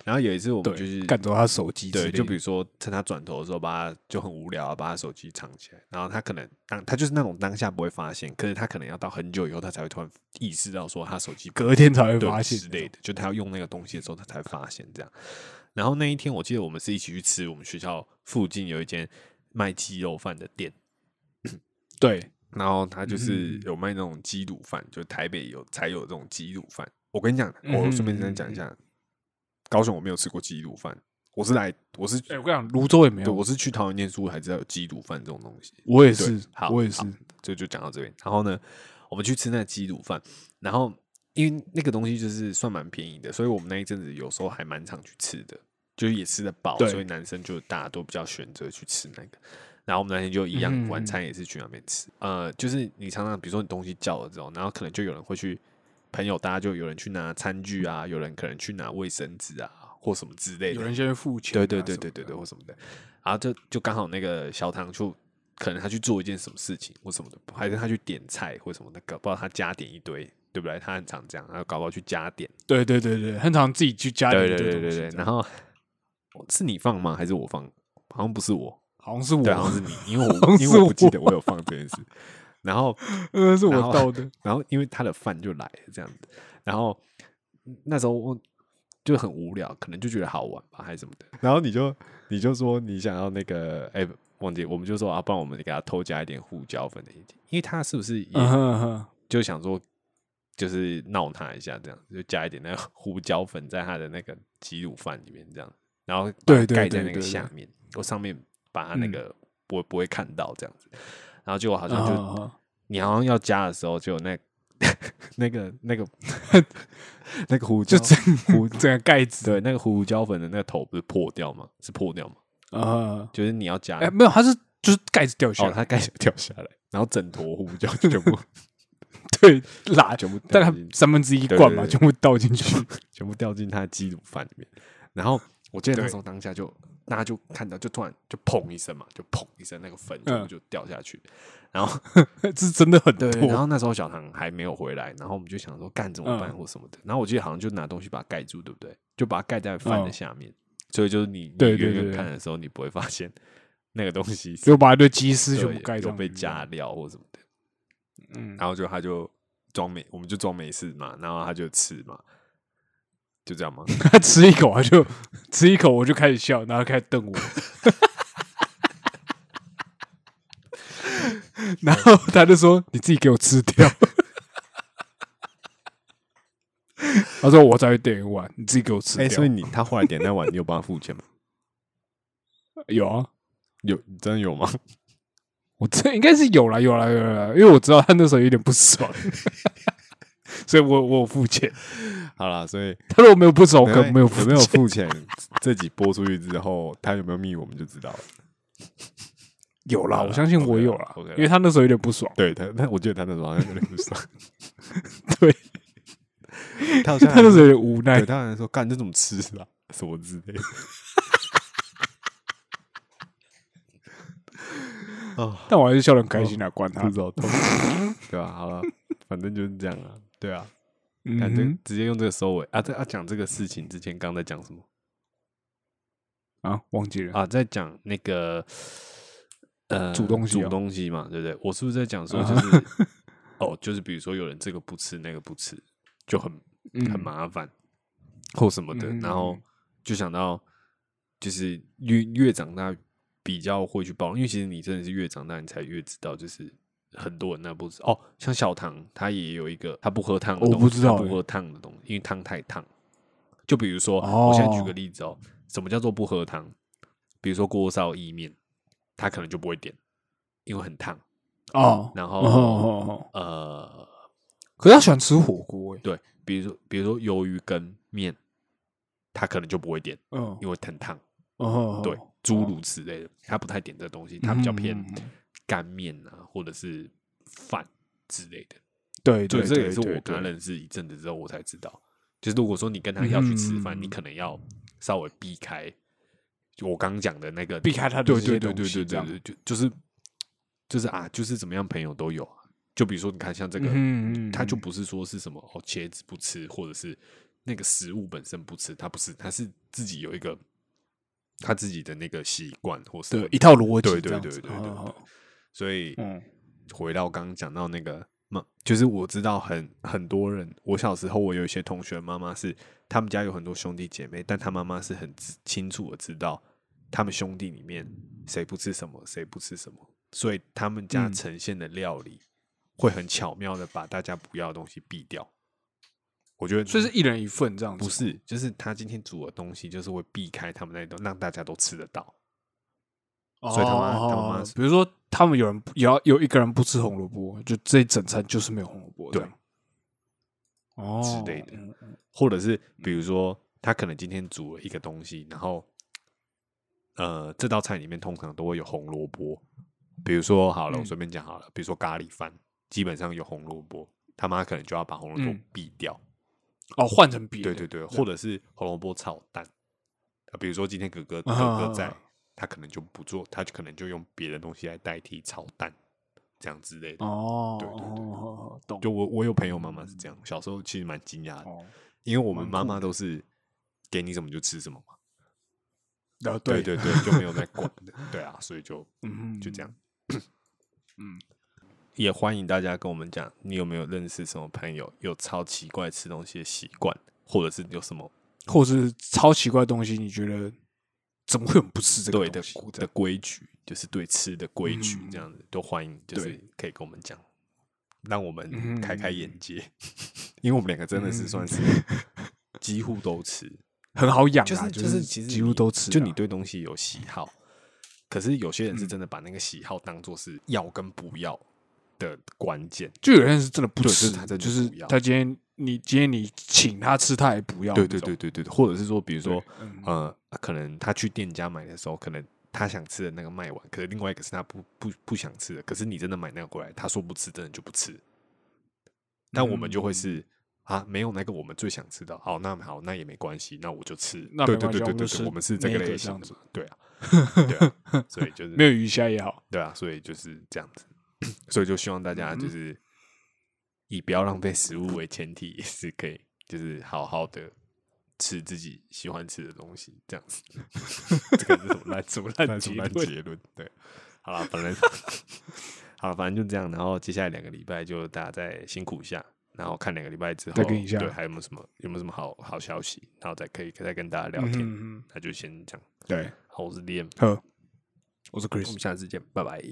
S1: 然后有一次我们就是
S2: 对，干走他手机之
S1: 对，
S2: 类的，
S1: 就比如说趁他转头的时候，把他就很无聊啊，把他手机藏起来，然后他可能当他就是那种当下不会发现，可是他可能要到很久以后，他才会突然意识到说他手机
S2: 隔天才会
S1: 对
S2: 发现
S1: 之类的，就他要用那个东西的时候，他才发现这样。然后那一天，我记得我们是一起去吃我们学校附近有一间卖鸡肉饭的店，
S2: 对，
S1: 然后他就是
S2: 嗯
S1: 有卖那种鸡卤饭，就台北有才有这种鸡卤饭。我跟你讲，
S2: 嗯
S1: 我顺便再讲一下，高雄我没有吃过鸡卤饭，我是来我是
S2: 哎、我跟你讲，泸州也没
S1: 对，
S2: 有，
S1: 我是去桃园念书才知道有鸡卤饭这种东西。
S2: 我也
S1: 对
S2: 是
S1: 好，
S2: 我也是
S1: 好，就就讲到这边。然后呢，我们去吃那鸡卤饭，然后因为那个东西就是算蛮便宜的，所以我们那一阵子有时候还蛮常去吃的，就是也吃得饱，
S2: 对
S1: 所以男生就大家都比较选择去吃那个。然后我们那天就一
S2: 嗯
S1: 样，晚餐也是去那边吃。呃，就是你常常比如说你东西叫了之后，然后可能就有人会去朋友，大家就有人去拿餐具啊，有人可能去拿卫生纸啊，或什么之类的。
S2: 有人先去付钱、
S1: 对对对对对对，，或什么的。然后就就刚好那个小唐就可能他去做一件什么事情或什么的，还是他去点菜或什么的，搞不好他加点一堆，对不对？他很常这样，然后搞不好去加点。
S2: 对对对对，很常自己去家里
S1: 对
S2: 面
S1: 对
S2: 丢
S1: 对
S2: 东
S1: 对
S2: 西
S1: 对。
S2: 这
S1: 然
S2: 样
S1: 后是你放吗？还是我放？好像不是我，
S2: 好像是我，
S1: 对， 好像是你，因为
S2: 好像
S1: 我因
S2: 是
S1: 为我不记
S2: 我
S1: 得我有放这件事。然后
S2: 呃， 是
S1: 然
S2: 我
S1: 后
S2: 倒的，
S1: 然后因为他的饭就来了这样子，然后嗯那时候我就很无聊，可能就觉得好玩吧，还是什么的。然后你就你就说你想要那个，哎、忘记，我们就说啊，不然我们给他偷加一点胡椒粉的一点，因为他是不是也
S2: 嗯哼嗯哼，
S1: 就想说，就是闹他一下这样，就加一点那个胡椒粉在他的那个鸡卤饭里面这样，然后把它
S2: 对对
S1: 盖在
S2: 对
S1: 那个
S2: 对
S1: 下面，我上面把他那
S2: 嗯
S1: 个不会不会看到这样子，然后结果好像就
S2: 嗯哼
S1: 你好像要加的时候，就有 那那个那个那个胡椒
S2: 就整糊整个盖子，
S1: 对那个胡椒粉的那个头不是破掉吗？是破掉吗？
S2: 啊，
S1: 就是你要加
S2: 哎、没有，啊它是就是盖子掉下
S1: 哦，
S2: 来，
S1: 它盖子掉下来，然后整坨胡椒全部
S2: 对，辣，
S1: 全部掉
S2: 但它
S1: 进
S2: 三分之一
S1: 对
S2: 罐
S1: 对
S2: 嘛，
S1: 对
S2: 全部倒进去，
S1: 全部掉进他的鸡卤饭里面。然后我记得那
S2: 对
S1: 时候当下就大家就看到就突然就砰一声嘛，就砰一声那个粉全部
S2: 嗯
S1: 就掉下去，然后
S2: 是真的很 多
S1: 对，，然后那时候小唐还没有回来，然后我们就想说干怎么办
S2: 嗯
S1: 或什么的。然后我记得好像就拿东西把它盖住，对不对？就把它盖在饭的
S2: 嗯
S1: 下面，所以就是你你
S2: 对对
S1: 远
S2: 对
S1: 远
S2: 对
S1: 看的时候，你不会发现 那个东西是
S2: 就把一堆鸡丝全部
S1: 对
S2: 盖
S1: 有
S2: 上，
S1: 被加，料或什么的。
S2: 嗯，
S1: 然后就他就装没，我们就装没事嘛，然后他就吃嘛，就这样 嘛。
S2: 他吃一口，他就 吃一口，我就开始笑，然后开始瞪我， 然后他就说：“你自己给我吃掉。” 他说：“我才会点一碗，你自己给我吃掉。
S1: 哎、所以你他后来点那碗，你有帮他付 钱吗？
S2: 有啊，
S1: 有真的有吗？
S2: 我这应该是有啦，有啦，有啦，因为我知道他那时候有点不爽， 所以我我有付钱。
S1: 好啦，所以
S2: 他如果没有不爽，我
S1: 没
S2: 可能没
S1: 有
S2: 付
S1: 有没有
S2: 钱
S1: 付钱？这集播出去之后，他有没有密我们就知道了。
S2: 有啦，
S1: 好啦
S2: 我相信我
S1: 啊 OK 啦
S2: 有啦
S1: OK 啊啦
S2: 因为他那时候有点不爽。
S1: 对他，但我记得他那时候好像有点不爽，
S2: 对，
S1: 他好像
S2: 他那时候有点无奈
S1: 对，，他好像说干这怎么吃啊，什么之类的。 啊，
S2: 但我还是笑得很开心啊，管他
S1: 肚。子好痛，对吧、好了，反正就是这样啊，对啊，感
S2: 嗯
S1: 觉
S2: 哼
S1: 直接用这个收尾啊。在啊讲这个事情之前，刚在讲什么
S2: 啊，忘记了。
S1: 啊？在讲那个呃
S2: 煮东西
S1: 煮
S2: 哦
S1: 东西嘛，对不对？我是不是在讲说
S2: 啊
S1: 就是、 哦，就是比如说有人这个不吃那个不吃，就很
S2: 嗯
S1: 很麻烦或什么的，
S2: 嗯嗯
S1: 然后
S2: 嗯
S1: 就想到就是越越长大比较会去包容，因为其实你真的是越长大，你才越知道就是。很多人那不知哦，像小唐他也有一个他不喝汤的
S2: 我
S1: 东西，
S2: 不知道
S1: 他不
S2: 欸
S1: 喝汤的东西，因为汤太烫。就比如说，
S2: 哦
S1: 我现在举个例子哦，什么叫做不喝汤？比如说锅烧意面，他可能就不会点，因为很烫。
S2: 哦，
S1: 然后
S2: 哦哦哦哦
S1: 呃，
S2: 可是他喜欢吃火锅欸诶。
S1: 对，比如说比如说鱿鱼跟面，他可能就不会点，
S2: 嗯，哦
S1: 因为很烫。
S2: 哦，
S1: 对，猪卤之类的，他不太点这东西，他比较偏
S2: 嗯嗯嗯
S1: 干面啊，或者是饭之类的。
S2: 对
S1: 对，
S2: 对，
S1: 这个也
S2: 对
S1: 是我
S2: 对
S1: 跟他
S2: 对
S1: 认识一阵子之后，我才知道，就是如果说你跟他要去吃饭，
S2: 嗯
S1: 你可能要稍微避开，就我刚讲的那个，
S2: 避开他的
S1: 对
S2: 这些
S1: 对对
S2: 东
S1: 对
S2: 西
S1: 对
S2: 这
S1: 对
S2: 样
S1: 对，就就是就是啊，就是怎么样朋友都有啊。就比如说，你看像这个，
S2: 嗯嗯嗯
S1: 他就不是说是什么哦，茄子不吃，或者是那个食物本身不吃，他不是，他是自己有一个他自己的那个习惯或是
S2: 对一套逻辑
S1: 对对
S2: 这
S1: 对
S2: 样
S1: 对
S2: 子哦
S1: 对
S2: 好
S1: 对
S2: 好好
S1: 所以
S2: 嗯
S1: 回到刚刚讲到那个妈，就是我知道很很多人，我小时候我有一些同学妈妈是他们家有很多兄弟姐妹，但他妈妈是很知清楚的知道他们兄弟里面谁不吃什么，谁不吃什么，所以他们家
S2: 嗯
S1: 呈现的料理会很巧妙的把大家不要的东西避掉。我觉得
S2: 所以是一人一份这样子，
S1: 不是，就是他今天煮的东西，就是会避开他们那一种，让大家都吃得到。
S2: 哦？
S1: 所以他妈他妈
S2: 哦比如说他们有人不也要有一个人不吃红萝卜，就这一整餐就是没有红萝卜，
S1: 对
S2: 这样，哦
S1: 之类的
S2: 嗯嗯
S1: 或者是比如说他可能今天煮了一个东西，然后呃，这道菜里面通常都会有红萝卜，比如说好了，我
S2: 嗯
S1: 随便讲好了，比如说咖喱饭，基本上有红萝卜，他妈可能就要把红萝卜
S2: 嗯
S1: 避掉，
S2: 哦，换成别
S1: 对
S2: 的
S1: 对对，或者是红萝卜炒蛋，啊，比如说今天哥哥哥
S2: 啊
S1: 哥在，他可能就不做，他可能就用别的东西来代替炒蛋，这样之类的。
S2: 哦，
S1: 对对对对
S2: 哦懂
S1: 就我我有朋友妈妈是这样，小时候其实蛮惊讶的，
S2: 哦，
S1: 因为我们妈
S2: 蛮酷
S1: 妈都是给你什么就吃什么嘛。
S2: 啊
S1: 对对
S2: 对
S1: 对，就没有在 管的。对啊，所以就
S2: 嗯
S1: 就这样。
S2: 嗯，
S1: 也欢迎大家跟我们讲，你有没有认识什么朋友有超奇怪吃东西的习惯，或者是有什么
S2: 或者是超奇怪的东西，你觉得怎么会有人不吃这个
S1: 对的
S2: 东西
S1: 的规矩，就是对吃的规矩
S2: 嗯
S1: 这样子，都欢迎，就是
S2: 对
S1: 可以跟我们讲，让我们
S2: 嗯
S1: 开开眼界， 因为我们两个真的是算是几乎都吃，
S2: 很好养啊，
S1: 就是
S2: 就
S1: 就是其实
S2: 几乎
S1: 你
S2: 都吃啊，
S1: 就你对东西有喜好，可是有些人是真的把那个喜好当做是要跟不要的关键。
S2: 就有些人是真的不
S1: 对就是
S2: 吃，
S1: 他真的
S2: 就是
S1: 不要
S2: 他今天你今天你请他吃，他也不要那
S1: 对
S2: 种。
S1: 对对对对，或者是说，比如说，
S2: 嗯
S1: 呃，可能他去店家买的时候，可能他想吃的那个卖完，可是另外一个是他不不不想吃的，可是你真的买那个过来，他说不吃，真的就不吃。那我们就会是、啊，没有那个我们最想吃的，好，那好，那也没关系，那我就吃。
S2: 那
S1: 对
S2: 没
S1: 对
S2: 关
S1: 对
S2: 系
S1: 对
S2: 我们就
S1: 对对，我们是
S2: 吃
S1: 这个
S2: 那个
S1: 类
S2: 这
S1: 型
S2: 样
S1: 的
S2: 子
S1: 嘛，对 啊，对啊，所以就是
S2: 没有鱼虾也好，
S1: 对啊，所以就是这样子， 所以就希望大
S2: 嗯
S1: 家就是以不要浪费食物为前提，也是可以就是好好的吃自己喜欢吃的东西，这样子。 这个是什么烂什么烂什么烂
S2: 结论
S1: 结论？对，好了， 反正好了，反正就这样。然后接下来两个礼拜就大家再辛苦一下，然后看两个礼拜之后，
S2: 再跟一下
S1: 对，还有没有什么有没有什么好好消息，然后再可以再跟大家聊天。
S2: 嗯哼嗯哼
S1: 那就先这样，
S2: 对，
S1: 好，我是 l i a
S2: 呵，我是 Chris
S1: 我们。下次见，拜拜。